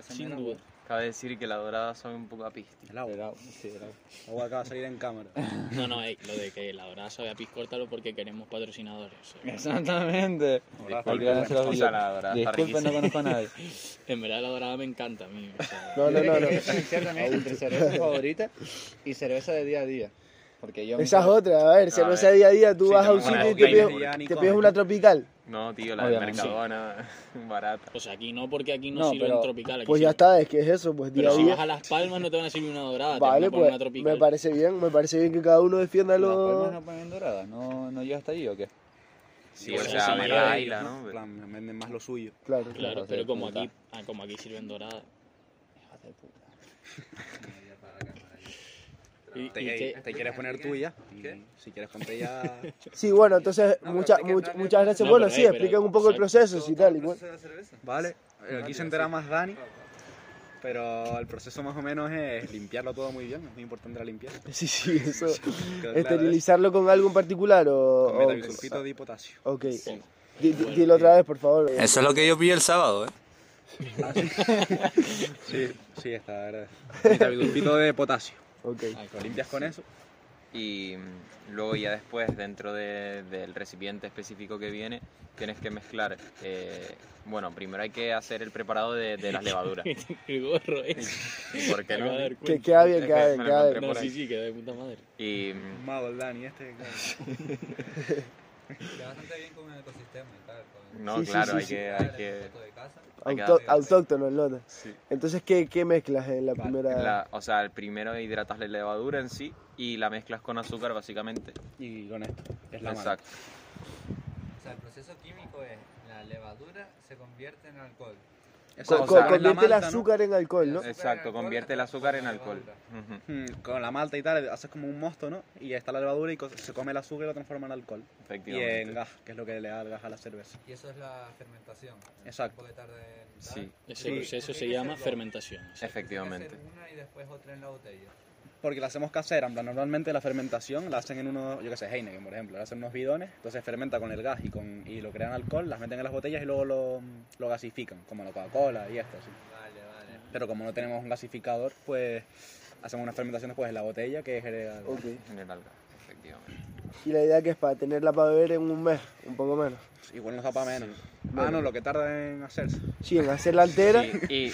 Speaker 4: sin duda.
Speaker 5: Cabe decir que la dorada sabe un poco a pisti.
Speaker 6: El agua. sí, el agua. El agua acaba de salir en cámara.
Speaker 4: No, no, ey, lo de que la dorada sabe a pis, córtalo porque queremos patrocinadores. o sea,
Speaker 3: Exactamente. Olvídense los
Speaker 5: O sea, la dorada está
Speaker 3: Disculpen, no
Speaker 5: riquísima.
Speaker 3: conozco a nadie.
Speaker 4: en verdad la dorada me encanta a mí. o sea,
Speaker 2: No, no, no, no.
Speaker 6: diferenciar también entre cerveza favorita y cerveza de día a día. Porque yo.
Speaker 2: Esa es otra, a ver, cerveza día a día, tú
Speaker 5: Sí,
Speaker 2: vas
Speaker 5: te
Speaker 2: a un
Speaker 5: pones
Speaker 2: sitio y te
Speaker 5: cocaína
Speaker 2: pides,
Speaker 6: y ya ni
Speaker 2: te pides
Speaker 6: comes.
Speaker 2: una tropical.
Speaker 5: No, tío, la de
Speaker 3: Obviamente, sí.
Speaker 5: Mercadona, barata.
Speaker 4: O sea, aquí no, porque aquí no,
Speaker 6: No,
Speaker 4: sirven
Speaker 6: pero-
Speaker 4: tropical. aquí
Speaker 2: Pues ya
Speaker 4: sirven-
Speaker 2: está, es que es eso, pues día
Speaker 4: Pero
Speaker 2: a
Speaker 4: si vas a
Speaker 2: día.
Speaker 4: Las Palmas no te van a servir una dorada, te van
Speaker 2: Vale,
Speaker 4: a poner
Speaker 2: pues
Speaker 4: una tropical.
Speaker 2: me parece bien, me parece bien que cada uno defienda
Speaker 3: ¿Las
Speaker 2: lo...
Speaker 3: palmas no ponen dorada? ¿No, no llega hasta ahí o qué?
Speaker 5: Sí,
Speaker 4: o
Speaker 5: o
Speaker 4: sea,
Speaker 5: sea,
Speaker 4: sí,
Speaker 5: me
Speaker 4: sí,
Speaker 5: la
Speaker 4: sí,
Speaker 5: baila,
Speaker 6: En
Speaker 5: ¿no?
Speaker 6: plan, me venden más lo suyo.
Speaker 2: Claro.
Speaker 4: Claro,
Speaker 3: Entonces,
Speaker 4: pero como
Speaker 3: puta.
Speaker 4: aquí, ah, como aquí sirven dorada. Y-
Speaker 6: ¿Te,
Speaker 4: y que-
Speaker 6: te quieres poner tú ya? ¿Qué? Si quieres ponte ya.
Speaker 2: Sí, bueno, entonces
Speaker 1: No, pero
Speaker 2: mucha-
Speaker 1: hay que
Speaker 2: much-
Speaker 1: darle-
Speaker 2: muchas gracias.
Speaker 4: No,
Speaker 2: bueno,
Speaker 4: pero,
Speaker 2: sí,
Speaker 4: eh, pero-
Speaker 2: expliquen un poco el
Speaker 4: exacto.
Speaker 2: proceso y tal.
Speaker 1: ¿Cómo
Speaker 2: Igual.
Speaker 1: procesa la cerveza?
Speaker 6: Vale. Eh, Aquí se entera más Dani. Pero el proceso más o menos es limpiarlo todo muy bien. Es muy importante la limpieza.
Speaker 2: Sí, sí, eso.
Speaker 6: Queda claro, ¿eh?
Speaker 2: ¿Esterilizarlo con algo en particular o...?
Speaker 6: Con
Speaker 2: o-
Speaker 6: metabisulfito de potasio.
Speaker 2: ok.
Speaker 4: Sí.
Speaker 2: Di- di- Dilo otra vez, por favor.
Speaker 7: Eso es lo que yo vi el sábado, ¿eh?
Speaker 6: Sí, sí, está, la verdad. Metabisulfito de potasio.
Speaker 2: Ok.
Speaker 6: Lo limpias con eso.
Speaker 5: Y mm, luego ya después, dentro de- del recipiente específico que viene, tienes que mezclar... eh, bueno, primero hay que hacer el preparado de, de las levaduras.
Speaker 4: El gorro, eh.
Speaker 5: ¿Por qué
Speaker 4: Me acabo de
Speaker 5: no?
Speaker 4: dar
Speaker 2: Que
Speaker 4: cuenta.
Speaker 2: queda bien,
Speaker 5: Es
Speaker 2: queda
Speaker 5: que
Speaker 2: bien,
Speaker 5: me lo
Speaker 2: queda bien.
Speaker 5: encontré.
Speaker 4: No,
Speaker 5: por
Speaker 4: sí,
Speaker 5: ahí.
Speaker 4: sí, queda de puta madre.
Speaker 5: Y mm,
Speaker 6: Mago el Dani este. claro.
Speaker 1: Queda bastante bien con el ecosistema y tal. con-
Speaker 5: no,
Speaker 2: Sí, sí,
Speaker 5: claro,
Speaker 2: sí,
Speaker 5: hay
Speaker 2: sí.
Speaker 5: que...
Speaker 1: Claro,
Speaker 5: Hay que
Speaker 1: foto de casa.
Speaker 5: hay que
Speaker 2: Auto-
Speaker 5: darle-
Speaker 2: autóctono, el nota.
Speaker 5: sí.
Speaker 2: Entonces, ¿qué, qué mezclas en la primera...?
Speaker 5: La- o sea, el primero hidratas la levadura en sí y la mezclas con azúcar, básicamente.
Speaker 6: Y con esto. Es la mano.
Speaker 5: Exacto.
Speaker 1: O sea, el proceso químico es la levadura se convierte en alcohol.
Speaker 2: Co-
Speaker 6: Exacto,
Speaker 2: co-
Speaker 5: o sea,
Speaker 6: la
Speaker 2: convierte el
Speaker 6: malta, ¿no?
Speaker 2: azúcar en alcohol, ¿no?
Speaker 1: Azúcar en
Speaker 5: Exacto,
Speaker 1: alcohol,
Speaker 5: convierte el azúcar en
Speaker 1: con la
Speaker 5: alcohol.
Speaker 1: levadura.
Speaker 5: Ujú.
Speaker 6: Mm, Con la malta y tal, haces como un mosto, ¿no? Y ya está la levadura y co- se come el azúcar y lo transforma en alcohol. Y
Speaker 5: Efectivamente.
Speaker 6: en gas, que es lo que le da el gas a la cerveza.
Speaker 1: Y eso es la fermentación.
Speaker 6: Exacto.
Speaker 1: Un poco tarde en-
Speaker 5: Sí,
Speaker 4: Ese
Speaker 6: Sí.
Speaker 4: proceso
Speaker 1: Porque
Speaker 4: se
Speaker 1: hay que
Speaker 4: llama
Speaker 1: hacerlo.
Speaker 4: fermentación. o sea,
Speaker 1: Hay que
Speaker 5: efectivamente.
Speaker 1: hacer una y después otra en la botella.
Speaker 6: Porque la hacemos casera, en plan, normalmente la fermentación la hacen en unos, yo qué sé, Heineken, por ejemplo, la hacen en unos bidones, entonces fermenta con el gas y, con, y lo crean alcohol, las meten en las botellas y luego lo, lo gasifican, como la Coca-Cola y esto, así.
Speaker 1: Vale, vale.
Speaker 6: Pero como no tenemos un gasificador, pues hacemos una fermentación después en la botella, que es el-
Speaker 2: Ok.
Speaker 5: En el alga, efectivamente.
Speaker 2: Y la idea que es para tenerla para beber en un mes, un poco menos.
Speaker 6: igual nos da para menos. Ah, no, lo que tarda en hacerse.
Speaker 2: Sí, en hacerla entera.
Speaker 5: Y, y-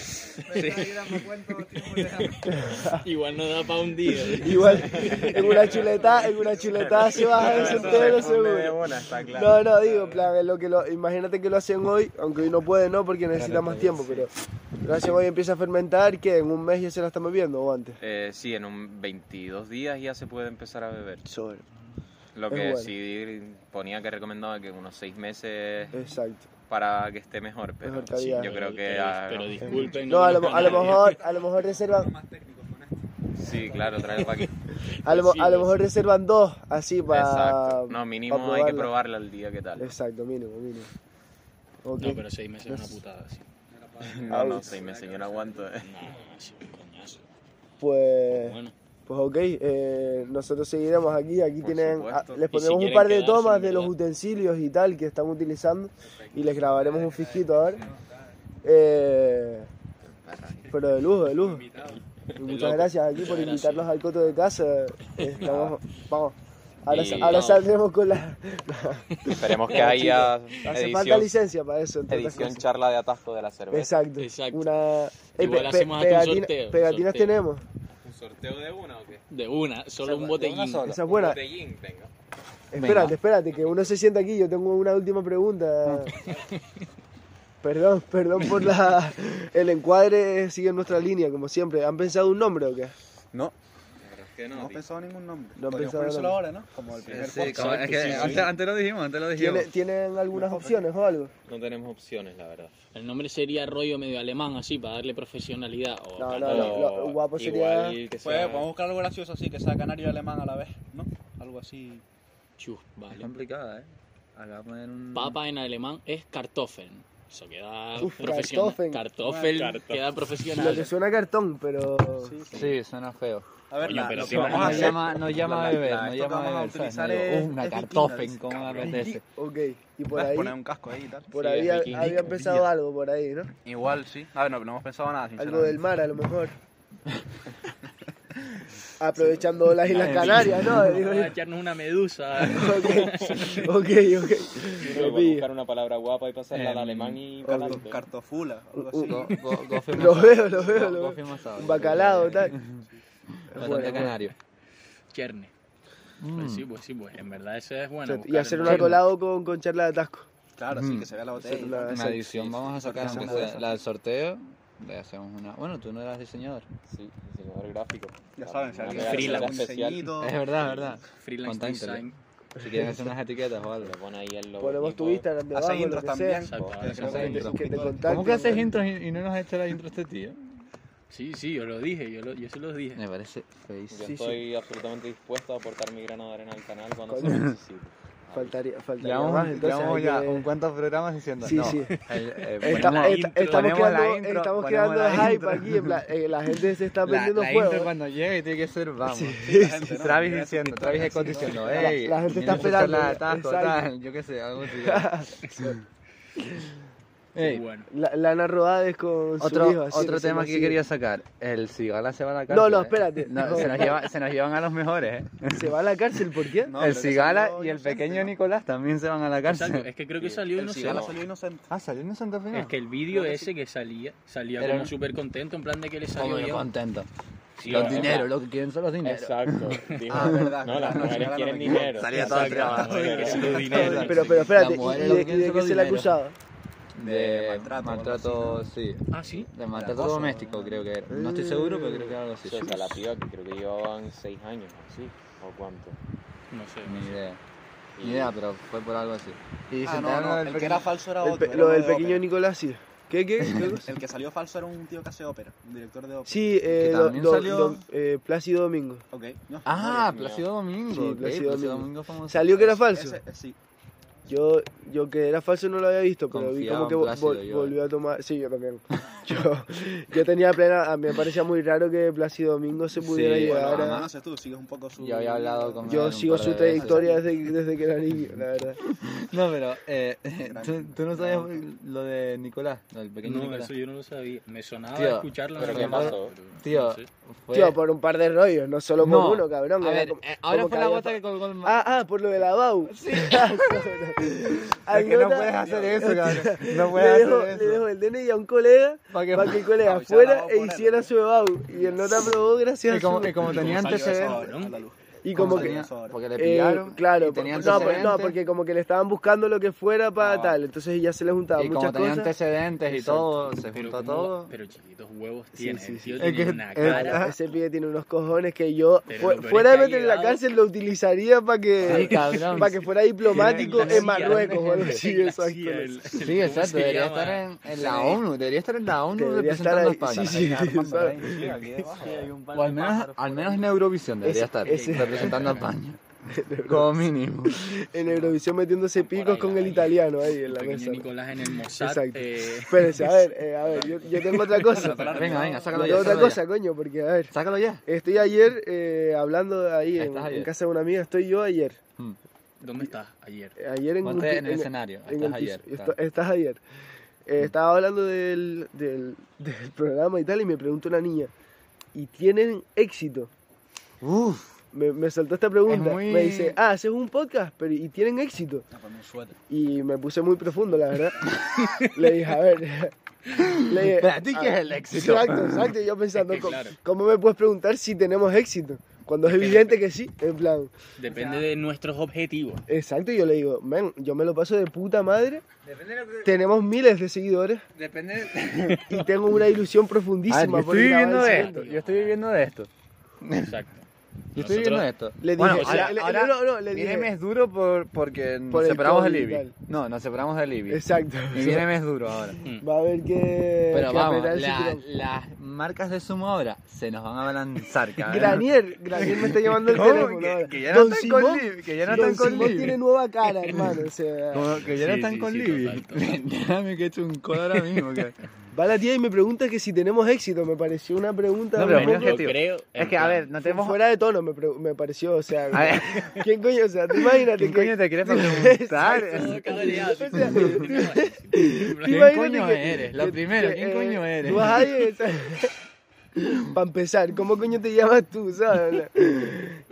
Speaker 4: Igual no da para un día. ¿eh?
Speaker 2: Igual, en una chuletada, en una chuletada se baja eso entero
Speaker 5: Se funde de
Speaker 2: seguro.
Speaker 5: bola, está claro.
Speaker 2: No, no, digo, en plan, en lo que lo, imagínate que lo hacen hoy, aunque hoy no puede, ¿no? Porque necesita más tiempo, pero lo hacen hoy, empieza a fermentar, que en un mes ya se la están bebiendo o antes.
Speaker 5: Eh, sí, en un 22 días ya se puede empezar a beber.
Speaker 2: Sobre.
Speaker 5: Lo
Speaker 2: Es
Speaker 5: que
Speaker 2: bueno.
Speaker 5: sí ponía que recomendaba que unos 6 meses
Speaker 2: Exacto.
Speaker 5: para que esté mejor, pero
Speaker 2: Mejor calidad.
Speaker 5: yo creo que...
Speaker 4: Pero,
Speaker 5: ah,
Speaker 4: pero
Speaker 5: no.
Speaker 4: disculpen.
Speaker 2: No, a lo,
Speaker 4: conozco
Speaker 2: a lo
Speaker 4: nadie.
Speaker 2: mejor, a lo mejor reservan,
Speaker 5: Sí, claro, traerlo para aquí.
Speaker 2: a lo,
Speaker 4: Sí,
Speaker 2: a lo
Speaker 4: sí.
Speaker 2: mejor reservan dos, así para.
Speaker 5: Exacto. No, mínimo hay que probarla al día que tal.
Speaker 2: Exacto, mínimo, mínimo. Ok.
Speaker 4: No, pero seis meses es una putada. Sí.
Speaker 5: No, no, 6 meses, yo no aguanto. eh.
Speaker 4: No, sí, un coñazo.
Speaker 2: Pues.
Speaker 4: Bueno,
Speaker 2: Pues ok, eh, nosotros seguiremos aquí, aquí
Speaker 5: Por
Speaker 2: tienen,
Speaker 5: supuesto.
Speaker 2: a-
Speaker 5: Y
Speaker 2: les
Speaker 5: si
Speaker 2: pondremos un
Speaker 4: quieren
Speaker 2: par de
Speaker 4: quedarse,
Speaker 2: tomas
Speaker 4: en
Speaker 2: de los
Speaker 4: verdad.
Speaker 2: utensilios y tal que están utilizando y les grabaremos un fisquito ahora. Eh, pero de lujo, de lujo. Y muchas
Speaker 4: loco.
Speaker 2: gracias aquí
Speaker 4: Muchas
Speaker 2: por
Speaker 4: gracias.
Speaker 2: invitarnos al coto de casa. Estamos, vamos, ahora,
Speaker 5: Y-
Speaker 2: ahora
Speaker 4: no.
Speaker 2: saldremos con la...
Speaker 5: Esperemos que haya
Speaker 2: Hace falta
Speaker 5: edición,
Speaker 2: licencia para eso. entre otras
Speaker 5: edición
Speaker 2: cosas.
Speaker 5: charla de atasco de la cerveza.
Speaker 2: Exacto.
Speaker 4: Exacto.
Speaker 2: Una... Ey,
Speaker 4: Igual
Speaker 2: pe-
Speaker 4: hacemos
Speaker 2: pe-
Speaker 4: hasta un
Speaker 2: pegatina-
Speaker 4: sorteo, un
Speaker 2: pegatinas
Speaker 4: sorteo.
Speaker 2: tenemos.
Speaker 5: ¿Un sorteo de una o qué?
Speaker 4: de una, solo un
Speaker 6: de una
Speaker 4: botellín.
Speaker 6: sola.
Speaker 2: Esa es buena.
Speaker 5: botellín, venga.
Speaker 2: Espérate, espérate, que uno se sienta aquí. Yo tengo una última pregunta. perdón, perdón por la. El encuadre sigue nuestra línea, como siempre. ¿Han pensado un nombre o qué?
Speaker 6: No,
Speaker 5: ¿Qué
Speaker 6: no hemos
Speaker 2: pues.
Speaker 6: pensado ningún nombre.
Speaker 2: No han
Speaker 6: Podríamos
Speaker 2: pensado
Speaker 6: ponérselo
Speaker 2: nada.
Speaker 6: ahora, ¿no? Como el primer podcast.
Speaker 4: es que antes-
Speaker 5: lo dijimos, antes lo
Speaker 2: ¿Tiene- ¿Tienen algunas opciones o algo?
Speaker 5: No tenemos opciones, la verdad.
Speaker 4: El nombre sería rollo medio alemán, así, para darle profesionalidad. O
Speaker 2: No,
Speaker 4: tal,
Speaker 2: no,
Speaker 4: rollo-
Speaker 2: no. lo- lo guapo
Speaker 5: igual
Speaker 2: sería-
Speaker 5: que
Speaker 6: Pues
Speaker 5: sea-
Speaker 6: vamos a buscar algo gracioso así, que sea canario y alemán a la vez, ¿no? Algo así.
Speaker 4: Chus, vale.
Speaker 3: complicada, ¿eh? Acá ponen un...
Speaker 4: Papa en alemán es Kartoffeln. Eso queda
Speaker 2: Uf,
Speaker 4: profesional.
Speaker 2: Kartoffeln.
Speaker 4: Kartoffel queda
Speaker 2: Lo que
Speaker 4: profesional.
Speaker 2: suena a cartón, pero.
Speaker 3: Sí, suena feo.
Speaker 6: A ver,
Speaker 4: Coño,
Speaker 6: la-
Speaker 4: pero
Speaker 6: lo
Speaker 4: si
Speaker 6: que vamos
Speaker 4: vamos
Speaker 6: a
Speaker 4: a
Speaker 3: Nos
Speaker 6: hacer,
Speaker 3: llama, nos llama a
Speaker 6: la-
Speaker 3: beber,
Speaker 6: la-
Speaker 3: nos
Speaker 6: esto que
Speaker 3: llama a
Speaker 6: vamos a
Speaker 3: beber. ¿sabes?
Speaker 6: utilizar
Speaker 3: No digo,
Speaker 6: es-
Speaker 3: "Uh, una
Speaker 6: es
Speaker 3: cartofen,
Speaker 6: vikingers,
Speaker 3: como me
Speaker 6: cabrón".
Speaker 3: apetece.
Speaker 2: Ok, y por
Speaker 6: puedes
Speaker 2: ahí,
Speaker 6: poner un casco ahí y tal.
Speaker 2: por
Speaker 4: Sí,
Speaker 2: ahí
Speaker 4: es
Speaker 2: ha-
Speaker 4: viking,
Speaker 2: había empezado
Speaker 4: pilla.
Speaker 2: algo por ahí, ¿no?
Speaker 6: Igual, sí. A ver, no, no hemos pensado nada,
Speaker 2: Algo del
Speaker 6: sinceramente.
Speaker 2: mar, a lo mejor. Aprovechando las Islas Canarias, ¿no? Digo
Speaker 4: Vamos
Speaker 2: yo.
Speaker 4: a echarnos una medusa.
Speaker 2: Ok, ok, ok. Lo pillo.
Speaker 5: buscar una palabra guapa y pasarla al
Speaker 6: Em,
Speaker 5: alemán y
Speaker 6: Carto-
Speaker 5: catalán.
Speaker 6: Cartofula,
Speaker 2: Uh,
Speaker 6: algo así.
Speaker 3: Go- go- gofe
Speaker 2: Lo
Speaker 3: masado.
Speaker 2: veo, lo veo,
Speaker 3: Go-
Speaker 2: lo
Speaker 3: gofe
Speaker 2: veo.
Speaker 3: masado.
Speaker 2: Un bacalao, tal.
Speaker 3: Bastante
Speaker 2: Bueno, bueno.
Speaker 3: canario.
Speaker 4: Cherne.
Speaker 3: Mm.
Speaker 4: Pues sí, pues sí, pues en verdad eso es
Speaker 2: O
Speaker 4: bueno.
Speaker 2: sea, Y
Speaker 4: buscar
Speaker 2: hacer
Speaker 4: el-
Speaker 2: un colado con, con charla de atasco.
Speaker 6: Claro, sí, que se vea la botella.
Speaker 2: Hacer una-
Speaker 3: Una
Speaker 2: hacer-
Speaker 3: edición vamos a sacar,
Speaker 6: Hacemos
Speaker 3: aunque
Speaker 6: una de
Speaker 3: sea
Speaker 6: esas.
Speaker 3: la del sorteo, le hacemos una... Bueno, tú no eras diseñador.
Speaker 5: Sí, diseñador gráfico.
Speaker 6: Ya saben, si
Speaker 5: Una
Speaker 6: alguien
Speaker 5: regala-
Speaker 6: quiere hacer
Speaker 5: regala
Speaker 6: un
Speaker 5: especial.
Speaker 6: diseñito,
Speaker 3: Es verdad, es verdad.
Speaker 4: Freelance
Speaker 3: Contáctale.
Speaker 4: design.
Speaker 3: Si quieren hacer unas etiquetas o algo.
Speaker 5: Le pone ahí el logo.
Speaker 2: Ponemos tu Instagram
Speaker 6: hace
Speaker 2: debajo, lo
Speaker 6: intros
Speaker 2: que sea.
Speaker 6: también.
Speaker 4: Exacto,
Speaker 6: que
Speaker 4: hace
Speaker 6: creo que-
Speaker 3: intros.
Speaker 2: Que te contacten.
Speaker 3: ¿Cómo que haces intros y, y no nos ha hecho la intro este tío?
Speaker 4: Sí, sí, yo lo dije, yo, lo, yo se los dije.
Speaker 3: Me parece
Speaker 5: Yo
Speaker 3: feísimo.
Speaker 2: Sí,
Speaker 5: estoy absolutamente dispuesto a aportar mi grano de arena al canal cuando
Speaker 2: Coño.
Speaker 5: se necesite.
Speaker 2: Faltaría, faltaría
Speaker 3: Llevamos,
Speaker 2: más, entonces
Speaker 3: llevamos
Speaker 2: hay
Speaker 3: ya
Speaker 2: que-
Speaker 3: un cuantos programas diciendo.
Speaker 2: Sí,
Speaker 3: no,
Speaker 2: sí.
Speaker 3: el- eh,
Speaker 2: Está-
Speaker 3: ponemos-
Speaker 2: esta- estamos
Speaker 3: ponemos la
Speaker 2: creando,
Speaker 3: intro,
Speaker 2: estamos
Speaker 3: ponemos
Speaker 2: creando
Speaker 3: la
Speaker 2: hype
Speaker 3: intro.
Speaker 2: aquí. en plan, eh, la gente se está
Speaker 3: La,
Speaker 2: prendiendo
Speaker 3: la
Speaker 2: fuego.
Speaker 3: intro cuando llega y tiene que ser, vamos.
Speaker 6: la gente, ¿no?
Speaker 3: Travis
Speaker 6: Mira,
Speaker 3: diciendo,
Speaker 6: sí,
Speaker 3: Travis
Speaker 6: sí,
Speaker 3: Scott
Speaker 6: sí,
Speaker 3: diciendo,
Speaker 6: sí.
Speaker 3: "Ey,
Speaker 2: La- la gente está
Speaker 3: vienes a hacer
Speaker 2: esperando,
Speaker 3: la taco,
Speaker 2: exacto.
Speaker 3: tal", yo qué sé, algo así.
Speaker 4: Muy
Speaker 3: Ey,
Speaker 4: bueno.
Speaker 2: La- Lana Rodades con su hijo.
Speaker 3: Otro,
Speaker 2: así,
Speaker 3: otro
Speaker 2: recién
Speaker 3: tema que
Speaker 2: nacido.
Speaker 3: quería sacar, el Cigala se va a la cárcel.
Speaker 2: No, no,
Speaker 3: ¿eh?
Speaker 2: espérate.
Speaker 3: No, se, nos lleva- se nos llevan a los mejores, ¿eh?
Speaker 2: ¿Se va a la cárcel por qué?
Speaker 6: No,
Speaker 3: el
Speaker 6: pero que
Speaker 3: Cigala
Speaker 6: salió
Speaker 3: y el
Speaker 6: inocente,
Speaker 3: pequeño
Speaker 6: ¿no?
Speaker 3: Nicolás también se van a la cárcel.
Speaker 4: Exacto, es que creo que salió,
Speaker 6: El
Speaker 4: no sé.
Speaker 6: cigala salió inocente.
Speaker 3: Ah, salió en Santa Fe.
Speaker 4: Es que el vídeo ese que salía, salía
Speaker 3: Era
Speaker 4: como
Speaker 3: un-
Speaker 4: súper contento, en plan de que le salió
Speaker 3: Obvio,
Speaker 4: bien.
Speaker 3: contento.
Speaker 4: Sí,
Speaker 3: los
Speaker 4: es
Speaker 3: dineros, lo que quieren son los dineros.
Speaker 5: Exacto. Dijo,
Speaker 6: Ah, verdad,
Speaker 5: No, las
Speaker 6: claro,
Speaker 5: mujeres
Speaker 6: claro,
Speaker 5: quieren
Speaker 6: no me equivoco.
Speaker 5: dinero.
Speaker 3: Salía todo
Speaker 5: Exacto.
Speaker 3: trabado.
Speaker 5: Joder, que sí.
Speaker 4: los dineros.
Speaker 2: Pero, pero espérate,
Speaker 3: La mujer
Speaker 2: ¿y
Speaker 3: es lo
Speaker 2: de,
Speaker 3: que
Speaker 2: y de
Speaker 3: hizo
Speaker 2: qué
Speaker 3: los
Speaker 2: se le
Speaker 3: dineros.
Speaker 2: acusaba?
Speaker 3: De
Speaker 6: De
Speaker 3: maltrato,
Speaker 6: maltrato,
Speaker 3: maltrato,
Speaker 6: o algo
Speaker 3: sí.
Speaker 4: Ah, sí.
Speaker 3: De maltrato
Speaker 6: acoso,
Speaker 3: doméstico,
Speaker 6: ¿no?
Speaker 3: creo que era. No estoy seguro, pero creo que era algo así.
Speaker 5: Sí, o sea, la piba que creo que llevaban seis años, así, o cuánto.
Speaker 4: No sé.
Speaker 3: Ni idea.
Speaker 5: Y-
Speaker 3: Ni idea, pero fue por algo así. Y
Speaker 6: Ah, no,
Speaker 3: sentaron
Speaker 6: no,
Speaker 3: al
Speaker 6: el que
Speaker 3: pequeño-
Speaker 6: era falso era
Speaker 2: El pe-
Speaker 6: otro. era
Speaker 2: lo
Speaker 6: uno
Speaker 2: del
Speaker 6: de
Speaker 2: pequeño
Speaker 6: ópera.
Speaker 2: Nicolás, sí. ¿Qué, qué? ¿Qué cosa?
Speaker 6: El que salió falso era un tío que hace ópera, un director de ópera.
Speaker 2: Sí, eh,
Speaker 3: que
Speaker 2: lo-
Speaker 3: también
Speaker 2: lo-
Speaker 3: salió-
Speaker 2: lo- eh, Plácido Domingo.
Speaker 6: Ok. no,
Speaker 3: Ah,
Speaker 5: Dios mío.
Speaker 3: Plácido Domingo.
Speaker 2: Sí,
Speaker 3: ok,
Speaker 2: Plácido
Speaker 3: Plácido
Speaker 2: Domingo.
Speaker 3: Domingo famoso.
Speaker 2: ¿Salió que era falso?
Speaker 6: ese- eh, sí.
Speaker 2: Yo, yo que era falso no lo había visto, pero vi
Speaker 3: Confiaba
Speaker 2: como que
Speaker 3: en
Speaker 2: vol-
Speaker 3: Plácido,
Speaker 2: vol-
Speaker 3: yo, eh.
Speaker 2: volvió a tomar... Sí, yo también. Yo, yo tenía plena... A mí me parecía muy raro que Plácido Domingo se
Speaker 3: Sí,
Speaker 2: pudiera
Speaker 3: bueno,
Speaker 2: llegar
Speaker 6: Bueno,
Speaker 2: a...
Speaker 6: no sé tú, sigues un poco su...
Speaker 3: Yo había hablado con-
Speaker 2: Yo
Speaker 3: Bueno,
Speaker 2: sigo
Speaker 3: un par
Speaker 2: su
Speaker 3: de veces.
Speaker 2: trayectoria desde, desde que era niño, la verdad.
Speaker 3: No, pero eh, tú,
Speaker 6: Gran-
Speaker 3: tú no sabías
Speaker 6: gran-
Speaker 3: lo de Nicolás, lo del pequeño
Speaker 4: No,
Speaker 3: Nicolás.
Speaker 4: eso yo no lo sabía. Me sonaba
Speaker 3: Tío,
Speaker 4: escucharlo.
Speaker 5: pero
Speaker 4: nada
Speaker 5: ¿qué
Speaker 4: más,
Speaker 5: pasó?
Speaker 4: pero no
Speaker 3: Tío,
Speaker 4: sé.
Speaker 3: fue...
Speaker 2: Tío, por un par de rollos, no solo por
Speaker 3: No,
Speaker 2: uno, cabrón.
Speaker 3: A
Speaker 2: era
Speaker 3: ver,
Speaker 2: como-
Speaker 3: eh, ahora
Speaker 2: como
Speaker 3: fue
Speaker 2: que
Speaker 3: la
Speaker 2: había-
Speaker 3: gota que colgó el mar.
Speaker 2: Ah, ah, por lo de la BAU. Sí.
Speaker 3: es que no puedes hacer eso, cabrón. No
Speaker 2: Ah, le,
Speaker 3: puedes
Speaker 2: dejo,
Speaker 3: hacer
Speaker 2: le
Speaker 3: eso.
Speaker 2: dejo el DNI a un colega
Speaker 3: Pa' que-
Speaker 2: para que el colega
Speaker 6: Ah, ya la
Speaker 2: fuera
Speaker 6: BAU
Speaker 2: e
Speaker 6: por él,
Speaker 2: hiciera
Speaker 6: ¿no?
Speaker 2: su BAU. Y él no te aprobó gracias
Speaker 3: Y como,
Speaker 2: a su...
Speaker 3: y como tenía
Speaker 6: Salió eso
Speaker 3: antecedentes...
Speaker 6: ahora, a la luz.
Speaker 2: Y
Speaker 3: como
Speaker 2: como
Speaker 6: salió
Speaker 2: que...
Speaker 3: tenía-
Speaker 6: eso ahora?
Speaker 3: Porque le
Speaker 2: eh,
Speaker 3: pillaron
Speaker 2: claro,
Speaker 3: y tenía
Speaker 2: por- no, por-
Speaker 3: antecedentes.
Speaker 2: no, porque como que le estaban buscando lo que fuera para
Speaker 6: Ah, vale.
Speaker 2: tal, entonces ya se le juntaban
Speaker 3: Y como
Speaker 2: muchas
Speaker 3: tenía
Speaker 2: cosas.
Speaker 3: antecedentes y todo, se
Speaker 4: Pero
Speaker 3: juntó
Speaker 4: cómo-
Speaker 3: todo.
Speaker 4: Pero chiquitos huevos
Speaker 2: Sí,
Speaker 4: tiene.
Speaker 2: sí,
Speaker 4: el
Speaker 2: sí.
Speaker 4: tío
Speaker 3: Es
Speaker 4: tiene
Speaker 3: que-
Speaker 4: una
Speaker 3: es-
Speaker 4: cara.
Speaker 2: Ese pibe tiene unos cojones que yo,
Speaker 4: Pero
Speaker 2: fu-
Speaker 4: lo peor es
Speaker 2: fuera de
Speaker 4: que ha
Speaker 2: meterlo en la
Speaker 4: llegado-
Speaker 2: cárcel, lo utilizaría para
Speaker 3: Sí,
Speaker 2: que,
Speaker 3: cabrón.
Speaker 2: para que fuera diplomático
Speaker 4: Tiene
Speaker 2: en
Speaker 4: la CIA,
Speaker 2: Marruecos o algo
Speaker 3: tiene
Speaker 2: así,
Speaker 4: la
Speaker 2: exacto.
Speaker 4: CIA, el- el-
Speaker 3: Sí,
Speaker 4: ¿cómo se
Speaker 3: exacto, debería
Speaker 4: llama?
Speaker 3: estar en, en la ONU, debería estar en la ONU
Speaker 2: Debería estar
Speaker 3: representando a
Speaker 2: ahí,
Speaker 3: España.
Speaker 2: sí, sí, ¿sabes?
Speaker 6: Sí, aquí debajo.
Speaker 3: O al menos, al menos en Eurovisión debería
Speaker 2: Ese-
Speaker 3: estar
Speaker 2: ese-
Speaker 3: representando a España. Como mínimo.
Speaker 2: En Eurovisión metiéndose picos
Speaker 4: ahí,
Speaker 2: con
Speaker 4: ahí.
Speaker 2: el italiano ahí en
Speaker 4: El
Speaker 2: la
Speaker 4: pequeño
Speaker 2: mesa.
Speaker 4: Nicolás en el Mossad.
Speaker 2: Exacto.
Speaker 4: eh,
Speaker 2: Espérense, a ver, eh, a ver, yo, yo tengo otra cosa.
Speaker 3: Venga, venga,
Speaker 2: Yo
Speaker 3: sácalo ya.
Speaker 2: tengo otra
Speaker 3: sácalo ya.
Speaker 2: cosa, coño, porque a ver,
Speaker 3: Sácalo ya.
Speaker 2: estoy ayer eh, hablando ahí en,
Speaker 3: Estás
Speaker 2: en
Speaker 3: ayer.
Speaker 2: casa de una amiga, estoy yo ayer. eh,
Speaker 4: ¿Dónde estás? Ayer.
Speaker 2: Ayer en un
Speaker 3: Ponte
Speaker 2: pi-
Speaker 3: en el escenario.
Speaker 2: en el
Speaker 3: Estás
Speaker 2: piso.
Speaker 3: ayer.
Speaker 2: Est-
Speaker 3: claro. Mm.
Speaker 2: estás ayer. Eh, estaba hablando del, del, del programa y tal, y me preguntó una niña, ¿y tienen éxito?
Speaker 3: Uf.
Speaker 2: Me, me saltó esta pregunta.
Speaker 3: Es muy-
Speaker 2: Me dice, ah, haces un podcast, pero ¿y tienen éxito? Y me puse muy profundo, la verdad. Le dije, a ver. Le dije,
Speaker 3: Para ti, ¿qué
Speaker 2: "Ah,
Speaker 3: es el éxito?"
Speaker 2: Exacto, exacto. Y yo pensando,
Speaker 4: Es que,
Speaker 2: "¿Cómo-
Speaker 4: claro.
Speaker 2: ¿cómo me puedes preguntar si tenemos éxito? Cuando es evidente que sí, en plan.
Speaker 4: Depende de nuestros objetivos.
Speaker 2: Exacto, y yo le digo, men, yo me lo paso de puta madre.
Speaker 1: Depende de lo que...
Speaker 2: Tenemos miles de seguidores
Speaker 3: Depende.
Speaker 2: y tengo una ilusión
Speaker 3: A ver, yo
Speaker 2: profundísima por
Speaker 3: Ah, estoy
Speaker 2: grabar
Speaker 3: viviendo
Speaker 2: el
Speaker 3: de
Speaker 2: siguiente.
Speaker 3: esto. Yo estoy viviendo de esto.
Speaker 4: Exacto.
Speaker 3: Yo estoy viviendo de esto.
Speaker 2: Le dije,
Speaker 3: Bueno,
Speaker 2: o sea,
Speaker 3: ahora-
Speaker 2: le- le-
Speaker 3: ahora
Speaker 2: no, no, le
Speaker 3: Viene
Speaker 2: dije-
Speaker 3: mes duro por, porque nos
Speaker 2: Por el
Speaker 3: separamos del
Speaker 2: COVID y
Speaker 3: IBI.
Speaker 2: tal.
Speaker 3: No, nos separamos del IBI.
Speaker 2: Exacto.
Speaker 3: Y viene mes duro ahora.
Speaker 2: Va a haber que.
Speaker 3: Pero
Speaker 2: que
Speaker 3: vamos,
Speaker 2: apretar el
Speaker 3: la-
Speaker 2: cinturón.
Speaker 3: las marcas de sumo ahora se nos van a balanzar, cabrón.
Speaker 2: Granier, Granier me está llamando el
Speaker 3: ¿Cómo?
Speaker 2: teléfono.
Speaker 3: Que-
Speaker 2: ahora.
Speaker 3: que ya no
Speaker 2: Don
Speaker 3: están
Speaker 2: Simón-
Speaker 3: con Lib- que ya no
Speaker 2: Don
Speaker 3: están con
Speaker 2: Simón
Speaker 3: Lib.
Speaker 2: tiene nueva cara, hermano. O sea,
Speaker 3: Como que ya no
Speaker 4: Sí,
Speaker 3: están
Speaker 4: sí,
Speaker 3: con
Speaker 4: sí,
Speaker 3: Libby.
Speaker 4: total, total.
Speaker 3: Déjame que he hecho un codo ahora mismo. Que...
Speaker 2: Va la tía y me pregunta que si tenemos éxito. Me pareció una pregunta.
Speaker 3: No,
Speaker 2: un
Speaker 3: pero
Speaker 2: poco-
Speaker 3: menos
Speaker 4: Yo
Speaker 3: tío,
Speaker 4: creo.
Speaker 3: Es
Speaker 4: en
Speaker 3: que, a
Speaker 4: plan,
Speaker 3: ver, no tenemos.
Speaker 2: Fuera de tono me, pre- me pareció, o sea,
Speaker 3: A ver,
Speaker 2: ¿quién coño? O sea, tú imagínate
Speaker 3: ¿quién
Speaker 2: que-
Speaker 3: coño te quiere preguntar?
Speaker 4: Todo cada día,
Speaker 2: O sea,
Speaker 4: sí. En plan,
Speaker 3: ¿Quién
Speaker 2: Imagínate
Speaker 3: coño
Speaker 2: que-
Speaker 3: eres? Lo
Speaker 2: que-
Speaker 3: primero,
Speaker 2: que,
Speaker 3: ¿quién
Speaker 2: eh,
Speaker 3: coño eres?
Speaker 2: Tú vas ahí, Para empezar, ¿cómo coño te llamas tú, sabes?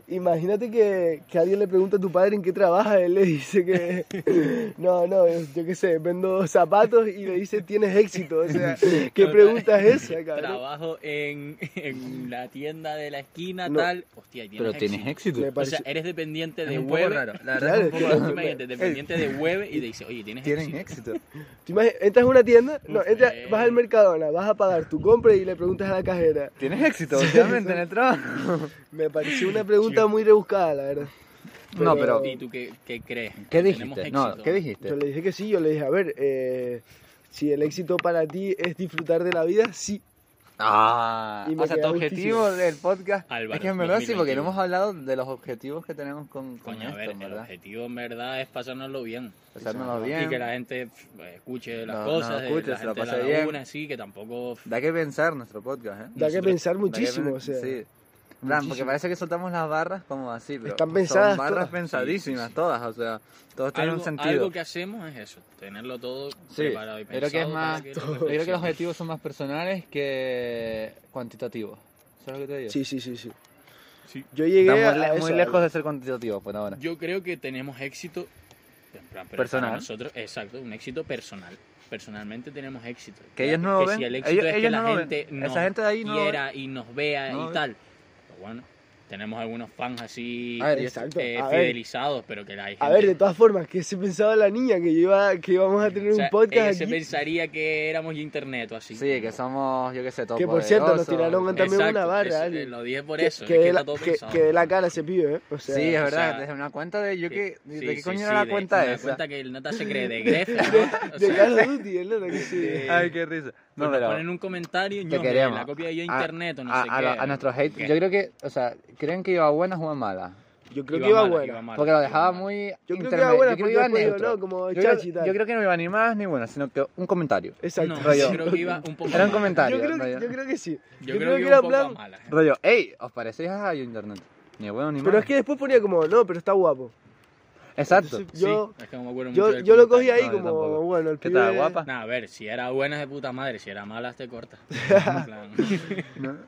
Speaker 2: Imagínate que, que alguien le pregunta a tu padre en qué trabaja, él le dice que, no, no, yo qué sé, vendo zapatos y le dice tienes éxito, o sea, ¿qué
Speaker 4: Total.
Speaker 2: pregunta es esa, cabrón?
Speaker 4: Trabajo en, en la tienda de la esquina,
Speaker 2: No.
Speaker 4: tal. Hostia, tienes
Speaker 3: Pero tienes
Speaker 4: éxito.
Speaker 3: éxito.
Speaker 2: Me
Speaker 4: O
Speaker 2: pareció-
Speaker 4: sea, eres dependiente
Speaker 3: Es
Speaker 4: de
Speaker 3: un poco
Speaker 4: web.
Speaker 3: raro. La verdad,
Speaker 2: Claro,
Speaker 3: es un poco
Speaker 2: claro.
Speaker 3: raro.
Speaker 4: Imagínate, dependiente de web y te dice, oye, tienes
Speaker 3: Tienen
Speaker 4: éxito.
Speaker 3: éxito.
Speaker 2: ¿Tú imagi- entras a una tienda, no,
Speaker 4: Uf,
Speaker 2: entras,
Speaker 4: eh.
Speaker 2: vas al Mercadona, vas a pagar tu compra y le preguntas a la cajera.
Speaker 3: Tienes éxito, obviamente, en el trabajo.
Speaker 2: Me pareció una pregunta muy rebuscada, la verdad.
Speaker 3: No, pero-
Speaker 4: ¿Y tú qué, qué crees?
Speaker 3: ¿Qué
Speaker 4: Tenemos
Speaker 3: dijiste? No,
Speaker 4: éxito.
Speaker 3: ¿qué
Speaker 2: Yo
Speaker 3: dijiste?
Speaker 2: le dije que sí, yo le dije, a ver, eh, si el éxito para ti es disfrutar de la vida, sí.
Speaker 3: Ah,
Speaker 2: Y me
Speaker 3: o sea, tu
Speaker 2: queda
Speaker 3: objetivo
Speaker 2: muchísimo.
Speaker 3: del podcast.
Speaker 4: Álvaro,
Speaker 3: es que en verdad sí, porque no
Speaker 4: 2021.
Speaker 3: hemos hablado de los objetivos que tenemos con, con
Speaker 4: Coño, a
Speaker 3: esto,
Speaker 4: ver,
Speaker 3: en
Speaker 4: el
Speaker 3: verdad.
Speaker 4: objetivo en verdad es pasárnoslo bien.
Speaker 3: Pasárnoslo
Speaker 4: Y que
Speaker 3: bien.
Speaker 4: la gente pf, escuche las
Speaker 3: No, no,
Speaker 4: cosas, de
Speaker 3: escuche,
Speaker 4: la
Speaker 3: se la
Speaker 4: gente de
Speaker 3: pase
Speaker 4: la
Speaker 3: bien.
Speaker 4: laguna, sí, que tampoco... pf,
Speaker 3: Da que pensar nuestro podcast, ¿eh?
Speaker 2: Da que
Speaker 4: Nosotros-
Speaker 2: pensar muchísimo,
Speaker 3: Da
Speaker 2: o
Speaker 3: que-
Speaker 2: sea.
Speaker 3: Sí. En plan, porque
Speaker 2: muchísimo.
Speaker 3: parece que soltamos las barras como así, pero
Speaker 2: Están pensadas
Speaker 3: son
Speaker 2: todas.
Speaker 3: barras pensadísimas todas, o sea, todos tienen
Speaker 4: Algo,
Speaker 3: un sentido.
Speaker 4: algo que hacemos es eso, tenerlo todo
Speaker 3: Sí,
Speaker 4: preparado y pensado.
Speaker 3: creo que es
Speaker 4: para
Speaker 3: más.
Speaker 4: que lo
Speaker 3: yo creo que los
Speaker 4: reflexiones.
Speaker 3: objetivos son más personales que cuantitativos. ¿Sabes lo que te digo?
Speaker 2: Sí, sí, sí, sí.
Speaker 4: Sí.
Speaker 2: Yo llegué
Speaker 3: Estamos
Speaker 2: a
Speaker 3: le-
Speaker 2: eso,
Speaker 3: muy lejos de ser cuantitativos por ahora.
Speaker 4: Yo creo que tenemos éxito en plan, pero
Speaker 3: Personal.
Speaker 4: para Nosotros, exacto, un éxito personal. Personalmente tenemos éxito.
Speaker 3: Que ellos no lo
Speaker 4: Que
Speaker 3: ven.
Speaker 4: si el éxito
Speaker 3: Ellos-
Speaker 4: es que
Speaker 3: ellos
Speaker 4: la
Speaker 3: no lo ven.
Speaker 4: gente nos
Speaker 3: Esa gente de ahí no lo
Speaker 4: quiera y nos vea
Speaker 3: No lo
Speaker 4: y
Speaker 3: ven.
Speaker 4: tal. Pero bueno, tenemos algunos fans así
Speaker 3: A ver,
Speaker 2: exacto,
Speaker 4: eh,
Speaker 2: a ver.
Speaker 4: fidelizados, pero que la hay gente...
Speaker 2: A ver, de todas formas, ¿qué se pensaba la niña? Que iba, que íbamos a tener
Speaker 4: o
Speaker 2: un
Speaker 4: sea, ella
Speaker 2: podcast
Speaker 4: se
Speaker 2: aquí.
Speaker 4: pensaría que éramos internet o así.
Speaker 3: Sí, que somos, yo qué sé, todos
Speaker 2: Que por cierto, nos
Speaker 3: poderosos.
Speaker 2: tiraron
Speaker 4: Exacto,
Speaker 2: también una barra,
Speaker 4: es-
Speaker 2: Ale.
Speaker 4: Lo dije por
Speaker 2: Que,
Speaker 4: eso,
Speaker 2: que
Speaker 4: es que
Speaker 2: de
Speaker 4: está
Speaker 2: la,
Speaker 4: todo
Speaker 2: que,
Speaker 4: pensado.
Speaker 2: que de la cara ese pibe, ¿eh? O sea,
Speaker 3: Sí, es verdad,
Speaker 4: sea,
Speaker 3: desde una cuenta de. Yo que,
Speaker 4: Sí,
Speaker 3: ¿De qué
Speaker 4: sí,
Speaker 3: coño
Speaker 4: sí,
Speaker 3: era la
Speaker 4: de-
Speaker 3: cuenta
Speaker 4: Una
Speaker 3: esa?
Speaker 4: cuenta que el nata se cree de Grecia, ¿no? O
Speaker 2: de
Speaker 4: sea,
Speaker 2: Call of Duty, el nota que sí.
Speaker 4: de-
Speaker 3: Ay, qué risa. No,
Speaker 4: Nos
Speaker 3: pero.
Speaker 4: ponen un comentario, ñoje,
Speaker 3: queremos.
Speaker 4: la copia de yo
Speaker 3: A-
Speaker 4: internet o no
Speaker 3: a,
Speaker 4: sé
Speaker 3: a
Speaker 4: qué.
Speaker 3: lo- a nuestros haters.
Speaker 4: ¿Qué?
Speaker 3: Yo creo que, o sea, creen que iba buena o mala.
Speaker 2: Yo creo que iba
Speaker 4: mala,
Speaker 2: bueno.
Speaker 4: iba mala,
Speaker 3: Porque lo
Speaker 4: iba
Speaker 3: dejaba
Speaker 4: mala.
Speaker 3: muy.
Speaker 2: Yo creo que
Speaker 3: intermedio,
Speaker 2: iba buena,
Speaker 3: yo creo
Speaker 2: porque
Speaker 3: que iba
Speaker 2: después yo,
Speaker 3: neutro.
Speaker 2: ¿no? Como
Speaker 3: yo,
Speaker 2: chachi y
Speaker 3: creo,
Speaker 2: tal.
Speaker 3: yo creo que no iba ni más ni buena, sino que un comentario.
Speaker 2: Exacto.
Speaker 4: No,
Speaker 3: Rollo.
Speaker 4: yo creo que iba un poco
Speaker 3: Era un
Speaker 4: mal.
Speaker 3: comentario.
Speaker 2: Yo creo, que,
Speaker 3: rollo.
Speaker 2: yo creo que sí.
Speaker 4: Yo, creo, que,
Speaker 2: era
Speaker 4: un
Speaker 2: plan-
Speaker 4: poco mala.
Speaker 3: Rollo, ey, ¿os parecéis a yo internet? Ni bueno ni malo.
Speaker 2: Pero es que después ponía como, no, pero está guapo.
Speaker 3: Exacto.
Speaker 2: Entonces, yo,
Speaker 4: Sí, es que no me acuerdo mucho
Speaker 2: yo,
Speaker 4: del
Speaker 2: yo lo cogí
Speaker 4: comentario.
Speaker 2: ahí
Speaker 3: No, yo
Speaker 2: como,
Speaker 3: tampoco.
Speaker 2: bueno, el
Speaker 3: ¿Qué
Speaker 2: pibe-
Speaker 3: tal, guapa?
Speaker 4: Nah, a ver, si era buena es de puta madre, si era mala te cortas. En plan,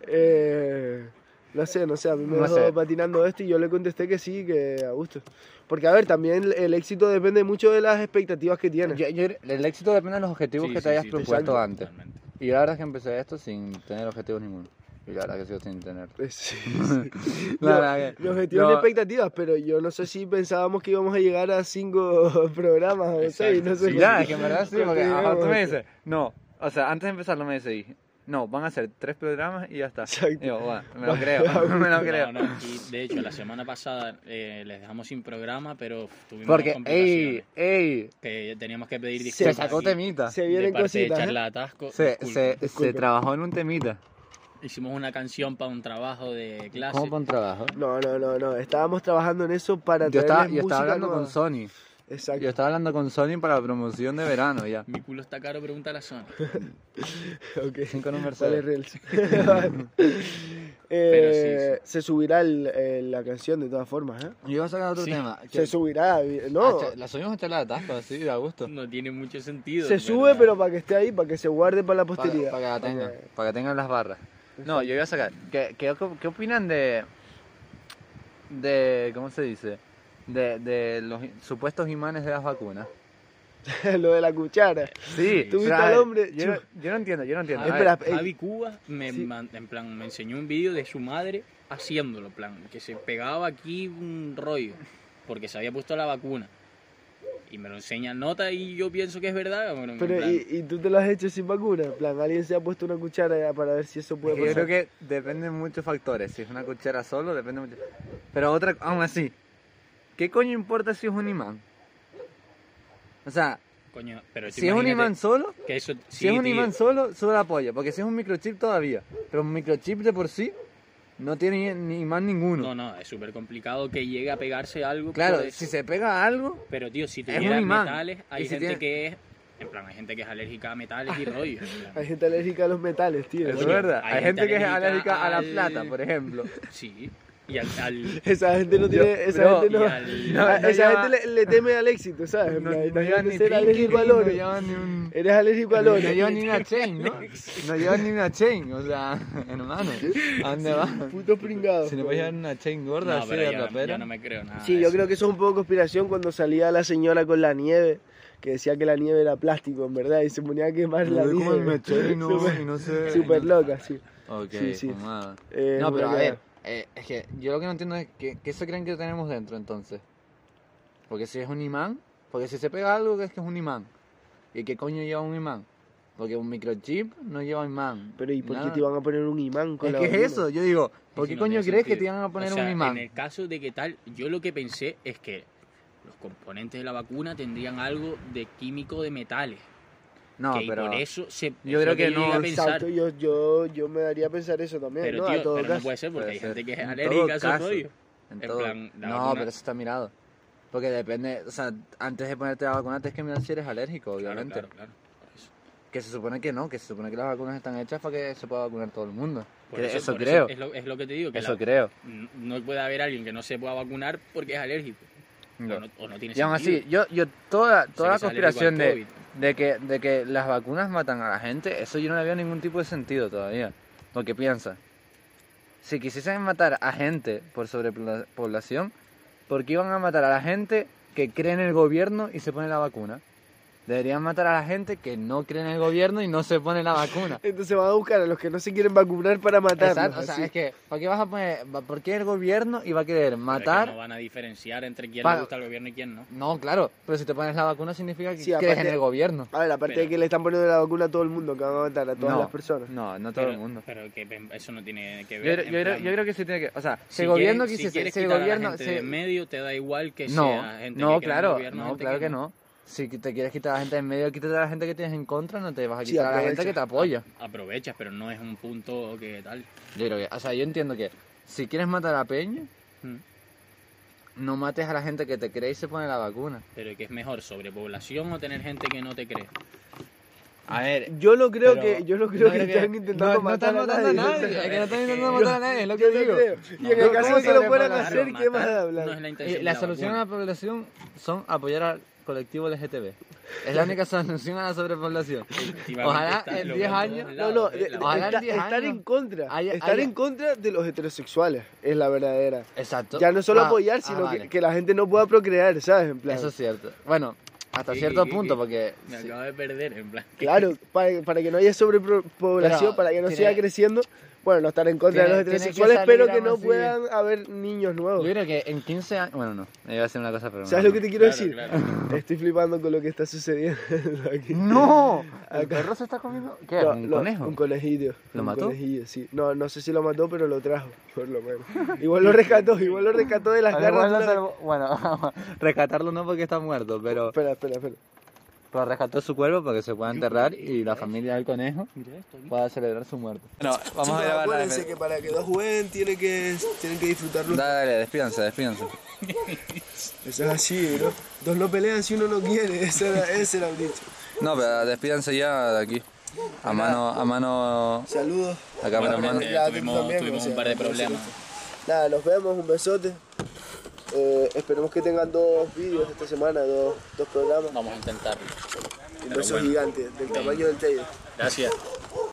Speaker 2: Eh, no sé, no sé, a mí me
Speaker 3: No
Speaker 2: dejó
Speaker 3: sé.
Speaker 2: patinando esto y yo le contesté que sí, que a gusto. Porque, a ver, también el, el éxito depende mucho de las expectativas que tienes.
Speaker 3: Yo- yo- el éxito depende de los objetivos
Speaker 4: Sí,
Speaker 3: que
Speaker 4: sí,
Speaker 3: te hayas
Speaker 4: sí,
Speaker 3: propuesto
Speaker 2: exacto.
Speaker 3: antes.
Speaker 4: totalmente.
Speaker 3: Y la verdad es que empecé esto sin tener objetivos ninguno. Y la verdad que sigo sin tener.
Speaker 2: Pues, sí.
Speaker 3: La verdad que-
Speaker 2: Los objetivos
Speaker 3: no,
Speaker 2: de expectativas, pero yo no sé si pensábamos que íbamos a llegar a cinco programas o seis, no sé.
Speaker 4: Exacto, sí.
Speaker 3: Ya, es que en verdad sí,
Speaker 2: Porque
Speaker 3: porque ajá, tú
Speaker 2: digamos,
Speaker 3: me dices, no, o sea, antes de empezarlo me dices, dije, no, van a ser tres programas y ya está.
Speaker 2: Exacto.
Speaker 3: Y yo, bueno, me lo creo, me lo creo.
Speaker 4: No, no, y de hecho, la semana pasada eh, les dejamos sin programa, pero tuvimos
Speaker 3: Porque,
Speaker 4: complicaciones.
Speaker 3: ey, ey,
Speaker 4: que teníamos que pedir
Speaker 3: se
Speaker 4: disculpas.
Speaker 3: sacó
Speaker 4: aquí
Speaker 3: temita. Se,
Speaker 2: Se
Speaker 4: de
Speaker 2: vienen
Speaker 4: parte de
Speaker 2: cositas. ¿eh?
Speaker 4: Charlatasco.
Speaker 3: se, se
Speaker 2: disculpa.
Speaker 3: trabajó en un temita.
Speaker 4: Hicimos una canción para un trabajo de clase.
Speaker 3: ¿Cómo para un trabajo?
Speaker 2: No, no, no, no. Estábamos trabajando en eso para
Speaker 3: Yo estaba,
Speaker 2: traerles
Speaker 3: yo estaba
Speaker 2: música
Speaker 3: hablando
Speaker 2: nueva.
Speaker 3: con Sony.
Speaker 2: Exacto.
Speaker 3: Yo estaba hablando con Sony para la promoción de verano ya.
Speaker 4: Mi culo está caro, pregunta la zona.
Speaker 2: Ok.
Speaker 3: Cinco números.
Speaker 2: Vale, Reels. Eh,
Speaker 4: Pero sí,
Speaker 2: Se subirá el- el- la canción de todas formas, ¿eh?
Speaker 3: Yo iba a sacar otro
Speaker 4: Sí.
Speaker 3: tema.
Speaker 2: Se subirá,
Speaker 3: Ah,
Speaker 2: no.
Speaker 3: cha- La subimos a charla de atasco, así, de a gusto.
Speaker 4: No tiene mucho sentido.
Speaker 2: Se
Speaker 4: en
Speaker 2: sube,
Speaker 4: verdad.
Speaker 2: pero para que esté ahí, para que se guarde para la
Speaker 3: eh. Para,
Speaker 2: posteridad.
Speaker 3: para que la tengan,
Speaker 2: Ok.
Speaker 3: para que tengan las barras. No, yo iba a sacar. ¿Qué, qué, qué opinan de. de. ¿Cómo se dice? De, de los i- supuestos imanes de las vacunas.
Speaker 2: Lo de la cuchara.
Speaker 3: Sí,
Speaker 2: Tú
Speaker 3: o sea,
Speaker 2: viste
Speaker 3: a
Speaker 2: al
Speaker 3: ver,
Speaker 2: hombre,
Speaker 3: Yo, yo no entiendo, yo no entiendo. A ver,
Speaker 2: Espera, ey,
Speaker 4: Javi Cuba me
Speaker 2: Sí.
Speaker 4: man- en plan me enseñó un vídeo de su madre haciéndolo, en plan, que se pegaba aquí un rollo porque se había puesto la vacuna. Y me lo enseña en nota y yo pienso que es verdad, bueno, en
Speaker 2: pero
Speaker 4: plan,
Speaker 2: y, y tú te lo has hecho sin vacuna? En plan, alguien se ha puesto una cuchara ya para ver si eso puede
Speaker 3: yo creo
Speaker 2: pasar.
Speaker 3: que dependen muchos factores. Si es una cuchara solo, depende mucho. Pero otra, aún así, ¿qué coño importa si es un imán? O sea,
Speaker 4: coño, pero tú
Speaker 3: si es un
Speaker 4: imagínate
Speaker 3: imán solo,
Speaker 4: que eso
Speaker 3: Si es un
Speaker 4: tío,
Speaker 3: imán solo, solo la polla. Porque si es un microchip todavía. Pero un microchip de por sí no tiene ni ni imán ninguno.
Speaker 4: No, no, es súper complicado que llegue a pegarse algo.
Speaker 3: claro,
Speaker 4: por eso.
Speaker 3: si se pega a algo,
Speaker 4: Pero tío, si
Speaker 3: un
Speaker 4: tuvieran
Speaker 3: imán.
Speaker 4: metales, hay
Speaker 3: Y si tiene-
Speaker 4: gente
Speaker 3: Ah.
Speaker 4: que es En plan, hay gente que es alérgica a metales y rollos. en
Speaker 2: Hay
Speaker 4: plan.
Speaker 2: gente alérgica a los metales, tío.
Speaker 3: Eso es
Speaker 4: Oye,
Speaker 3: verdad.
Speaker 4: hay
Speaker 3: Hay gente que es
Speaker 4: alérgica
Speaker 3: alérgica a la
Speaker 4: al-
Speaker 3: plata, por ejemplo.
Speaker 4: Sí. Y al, al-
Speaker 2: Esa gente no tiene.
Speaker 3: Yo-
Speaker 2: esa
Speaker 3: no,
Speaker 2: gente no.
Speaker 4: y al-
Speaker 3: no,
Speaker 2: a-
Speaker 3: no
Speaker 2: esa
Speaker 3: lleva-
Speaker 2: gente le, le teme al éxito, ¿sabes? En
Speaker 3: No,
Speaker 2: plan,
Speaker 3: no llevan
Speaker 2: imagínate
Speaker 3: ni
Speaker 2: ser alérgico
Speaker 3: trinket,
Speaker 2: al
Speaker 3: no
Speaker 2: oro.
Speaker 3: llevan ni un...
Speaker 2: Eres alérgico al
Speaker 3: No
Speaker 2: oro.
Speaker 3: llevan ni una chain, ¿no? No llevan ni una chain, o sea, hermano, ¿a dónde van?
Speaker 2: Puto pringado.
Speaker 3: Si no puedes llevar una chain gorda
Speaker 4: No,
Speaker 3: así
Speaker 4: pero
Speaker 3: de
Speaker 4: yo no- yo
Speaker 3: rapera.
Speaker 4: no me creo
Speaker 3: Ah,
Speaker 4: nada.
Speaker 2: Sí,
Speaker 4: de
Speaker 2: yo
Speaker 4: eso.
Speaker 2: creo que eso es un poco conspiración cuando salía la señora con la nieve, que decía que la nieve era plástico, en verdad, y se ponía a quemar la
Speaker 3: Yo como el
Speaker 2: nieve.
Speaker 3: mechero y no,
Speaker 2: Súper-
Speaker 3: y no sé...
Speaker 2: Súper loca, sí.
Speaker 3: Ok,
Speaker 2: Sí, sí.
Speaker 3: fumada.
Speaker 2: Eh,
Speaker 3: No, pero a
Speaker 2: bueno,
Speaker 3: ver, eh, es que yo lo que no entiendo es que, que eso creen que tenemos dentro entonces. Porque si es un imán, porque si se pega algo es que es un imán. ¿Y qué coño lleva un imán? Porque un microchip no lleva imán.
Speaker 2: Pero ¿y por qué
Speaker 3: Nada.
Speaker 2: te iban a poner un imán con
Speaker 3: Es
Speaker 2: la
Speaker 3: que es
Speaker 2: vacuna?
Speaker 3: eso, yo digo, ¿por qué
Speaker 4: no
Speaker 3: coño
Speaker 4: tiene
Speaker 3: crees que
Speaker 4: sentido.
Speaker 3: te iban a poner
Speaker 4: O sea,
Speaker 3: un imán?
Speaker 4: En el caso de que tal, yo lo que pensé es que los componentes de la vacuna tendrían algo de químico de metales.
Speaker 3: No,
Speaker 4: que y
Speaker 3: pero
Speaker 4: por eso se.
Speaker 3: creo
Speaker 4: es lo
Speaker 3: que no-
Speaker 4: llegué a pensar.
Speaker 2: Exacto, yo, yo, yo me daría a pensar eso también,
Speaker 4: Pero,
Speaker 2: ¿no?
Speaker 4: tío,
Speaker 2: a todo
Speaker 4: pero no
Speaker 2: caso.
Speaker 4: puede ser porque
Speaker 3: Puede
Speaker 4: hay
Speaker 3: ser.
Speaker 4: gente que es
Speaker 3: En
Speaker 4: alérgica
Speaker 3: todo
Speaker 4: a esos
Speaker 3: caso.
Speaker 4: rollos.
Speaker 3: en
Speaker 4: en
Speaker 3: todo-
Speaker 4: plan, la
Speaker 3: no,
Speaker 4: vacuna-
Speaker 3: pero eso está mirado. Porque depende, o sea, antes de ponerte la vacuna tienes que mirar si eres alérgico,
Speaker 4: Claro,
Speaker 3: obviamente.
Speaker 4: claro, claro. Por eso.
Speaker 3: Que se supone que no, que se supone que las vacunas están hechas para que se pueda vacunar todo el mundo.
Speaker 4: Por
Speaker 3: Que-
Speaker 4: eso-
Speaker 3: eso,
Speaker 4: por
Speaker 3: creo.
Speaker 4: es, lo, es lo que te digo, que
Speaker 3: eso
Speaker 4: la-
Speaker 3: creo.
Speaker 4: n- no puede haber alguien que no se pueda vacunar porque es alérgico. O,
Speaker 3: No.
Speaker 4: no, o no tiene
Speaker 3: Y aún
Speaker 4: sentido.
Speaker 3: así, yo, yo toda,
Speaker 4: O sea,
Speaker 3: toda la
Speaker 4: que sea alérgico al
Speaker 3: conspiración de,
Speaker 4: COVID.
Speaker 3: de, que, de que las vacunas matan a la gente, eso yo no le veo ningún tipo de sentido todavía. Porque piensa, si quisiesen matar a gente por sobrepoblación, ¿por qué iban a matar a la gente que cree en el gobierno y se pone la vacuna? Deberían matar a la gente que no cree en el gobierno y no se pone la vacuna.
Speaker 2: Entonces van a buscar a los que no se quieren vacunar para matarlos.
Speaker 3: Exacto, o sea,
Speaker 2: así.
Speaker 3: es que, ¿para qué vas a poner, va- por qué el gobierno iba a querer
Speaker 4: Pero es que
Speaker 3: matar?
Speaker 4: No van a diferenciar entre quién
Speaker 3: Pa-
Speaker 4: le gusta al gobierno y quién no.
Speaker 3: no? claro, pero si te pones la vacuna significa que
Speaker 2: Sí,
Speaker 3: crees en
Speaker 2: aparte-
Speaker 3: el gobierno.
Speaker 2: A ver, aparte
Speaker 4: Pero-
Speaker 2: de que le están poniendo la vacuna a todo el mundo, que van a matar a todas
Speaker 3: No.
Speaker 2: las personas.
Speaker 3: No, no todo
Speaker 4: pero,
Speaker 3: el mundo.
Speaker 4: Pero que ven- eso no tiene que
Speaker 3: Yo,
Speaker 4: ver.
Speaker 3: creo-
Speaker 4: en
Speaker 3: yo creo,
Speaker 4: plan,
Speaker 3: yo creo que sí tiene que. O sea, si
Speaker 4: si
Speaker 3: el gobierno
Speaker 4: quieres-
Speaker 3: quisiese.
Speaker 4: si quieres
Speaker 3: si el
Speaker 4: quitar
Speaker 3: gobierno.
Speaker 4: a la gente
Speaker 3: si-
Speaker 4: del medio, te da igual que
Speaker 3: no,
Speaker 4: sea gente
Speaker 3: no,
Speaker 4: que quiera el
Speaker 3: claro.
Speaker 4: gobierno,
Speaker 3: no,
Speaker 4: gente
Speaker 3: claro que, no. Si te quieres quitar a la gente del medio, quítate a la gente que tienes en contra, no te vas a
Speaker 2: Sí,
Speaker 3: quitar a la gente
Speaker 2: aprovecha.
Speaker 3: que te apoya.
Speaker 4: Aprovechas, pero no es un punto que tal.
Speaker 3: Yo creo que. O sea, yo entiendo que si quieres matar a Peña,
Speaker 4: Mm.
Speaker 3: no mates a la gente que te cree y se pone la vacuna.
Speaker 4: Pero que es mejor, sobrepoblación o tener gente que no te cree.
Speaker 3: A ver.
Speaker 2: Yo no creo
Speaker 3: Pero
Speaker 2: que, yo no creo
Speaker 3: no
Speaker 2: que
Speaker 3: creo que-
Speaker 2: están intentando
Speaker 3: no, no
Speaker 2: matar
Speaker 3: están
Speaker 2: a
Speaker 3: matando
Speaker 2: nadie.
Speaker 3: a nadie.
Speaker 2: o sea,
Speaker 3: Es que no están intentando
Speaker 2: yo-
Speaker 3: matar a nadie, es lo que
Speaker 2: yo no
Speaker 3: digo.
Speaker 2: creo. Y en
Speaker 3: No,
Speaker 2: el caso
Speaker 3: ¿cómo
Speaker 2: de que lo
Speaker 3: se
Speaker 2: fueran a
Speaker 3: prepararon?
Speaker 2: hacer, ¿qué más da
Speaker 4: No es
Speaker 2: hablar?
Speaker 4: la intención.
Speaker 3: Eh, La
Speaker 4: de
Speaker 3: solución a la
Speaker 4: vacuna.
Speaker 3: población son apoyar al colectivo LGTB. Es la única solución a la sobrepoblación.
Speaker 4: Efectivamente,
Speaker 3: ojalá
Speaker 4: estás
Speaker 3: en
Speaker 4: logrando
Speaker 3: 10 años-
Speaker 4: todos
Speaker 2: No,
Speaker 4: lados,
Speaker 2: no,
Speaker 4: eh,
Speaker 2: de- de-
Speaker 4: la-
Speaker 3: Ojalá en
Speaker 2: está-
Speaker 3: 10
Speaker 2: estar
Speaker 3: años.
Speaker 2: en contra,
Speaker 3: Haya-
Speaker 2: estar
Speaker 3: haya-
Speaker 2: en contra de los heterosexuales es la verdadera.
Speaker 3: Exacto.
Speaker 2: Ya no solo
Speaker 3: Ah,
Speaker 2: apoyar,
Speaker 3: ah,
Speaker 2: sino que,
Speaker 3: vale.
Speaker 2: que la gente no pueda procrear, ¿sabes? En plan,
Speaker 3: Eso es cierto. Bueno, hasta
Speaker 4: Sí,
Speaker 3: cierto
Speaker 4: sí,
Speaker 3: punto,
Speaker 4: sí.
Speaker 3: porque.
Speaker 4: Me
Speaker 3: sí.
Speaker 4: acabo de perder, en plan.
Speaker 2: Claro, para, para que no haya sobrepoblación,
Speaker 3: Pero
Speaker 2: para que no
Speaker 3: tiene-
Speaker 2: siga creciendo. Bueno, no estar en contra de
Speaker 3: tiene-
Speaker 2: los
Speaker 3: tiene que
Speaker 2: heterosexuales, pero
Speaker 3: salir
Speaker 2: que no
Speaker 3: aún así.
Speaker 2: puedan haber niños
Speaker 3: Yo
Speaker 2: nuevos.
Speaker 3: creo que en 15 años. Bueno, no. Me iba a decir una cosa, pero.
Speaker 2: ¿Sabes
Speaker 3: no.
Speaker 2: lo que te quiero
Speaker 4: Claro,
Speaker 2: decir?
Speaker 4: claro.
Speaker 2: Estoy flipando con lo que está sucediendo aquí.
Speaker 3: ¡No! ¿El
Speaker 2: Acá.
Speaker 3: perro se está comiendo? ¿Qué?
Speaker 2: No,
Speaker 3: ¿Un
Speaker 2: lo-
Speaker 3: conejo?
Speaker 2: Un conejillo.
Speaker 3: ¿Lo
Speaker 2: un
Speaker 3: mató?
Speaker 2: conejillo, sí. No, no sé si lo mató, pero lo trajo, por lo menos. Igual lo rescató, igual lo rescató de las
Speaker 3: Pero
Speaker 2: garras.
Speaker 3: igual
Speaker 2: de
Speaker 3: lo
Speaker 2: una-
Speaker 3: salvó- Bueno, rescatarlo no porque está muerto, pero,
Speaker 2: Espera, espera, espera.
Speaker 3: pero rescató su cuerpo para que se pueda enterrar y la familia del conejo pueda celebrar su muerte. Bueno, vamos a grabar la
Speaker 2: Acuérdense que para que dos jueguen tienen que, tienen que disfrutarlo.
Speaker 3: Dale, despídanse, despídanse.
Speaker 2: Eso es así, bro. Dos no pelean si uno no quiere. Ese era, ese era el dicho.
Speaker 3: No, pero despídanse ya de aquí. A mano, a mano,
Speaker 2: Saludos.
Speaker 3: a cámara en mano.
Speaker 4: Eh,
Speaker 2: Ya, tú
Speaker 4: tuvimos
Speaker 2: también,
Speaker 4: tuvimos
Speaker 2: o sea,
Speaker 4: un par de
Speaker 2: por
Speaker 4: problemas.
Speaker 2: Nada, nos vemos, un besote. Eh, esperemos que tengan dos vídeos esta semana, dos, dos programas.
Speaker 4: Vamos a intentarlo.
Speaker 2: Un beso gigante, del tamaño del tello.
Speaker 4: Gracias.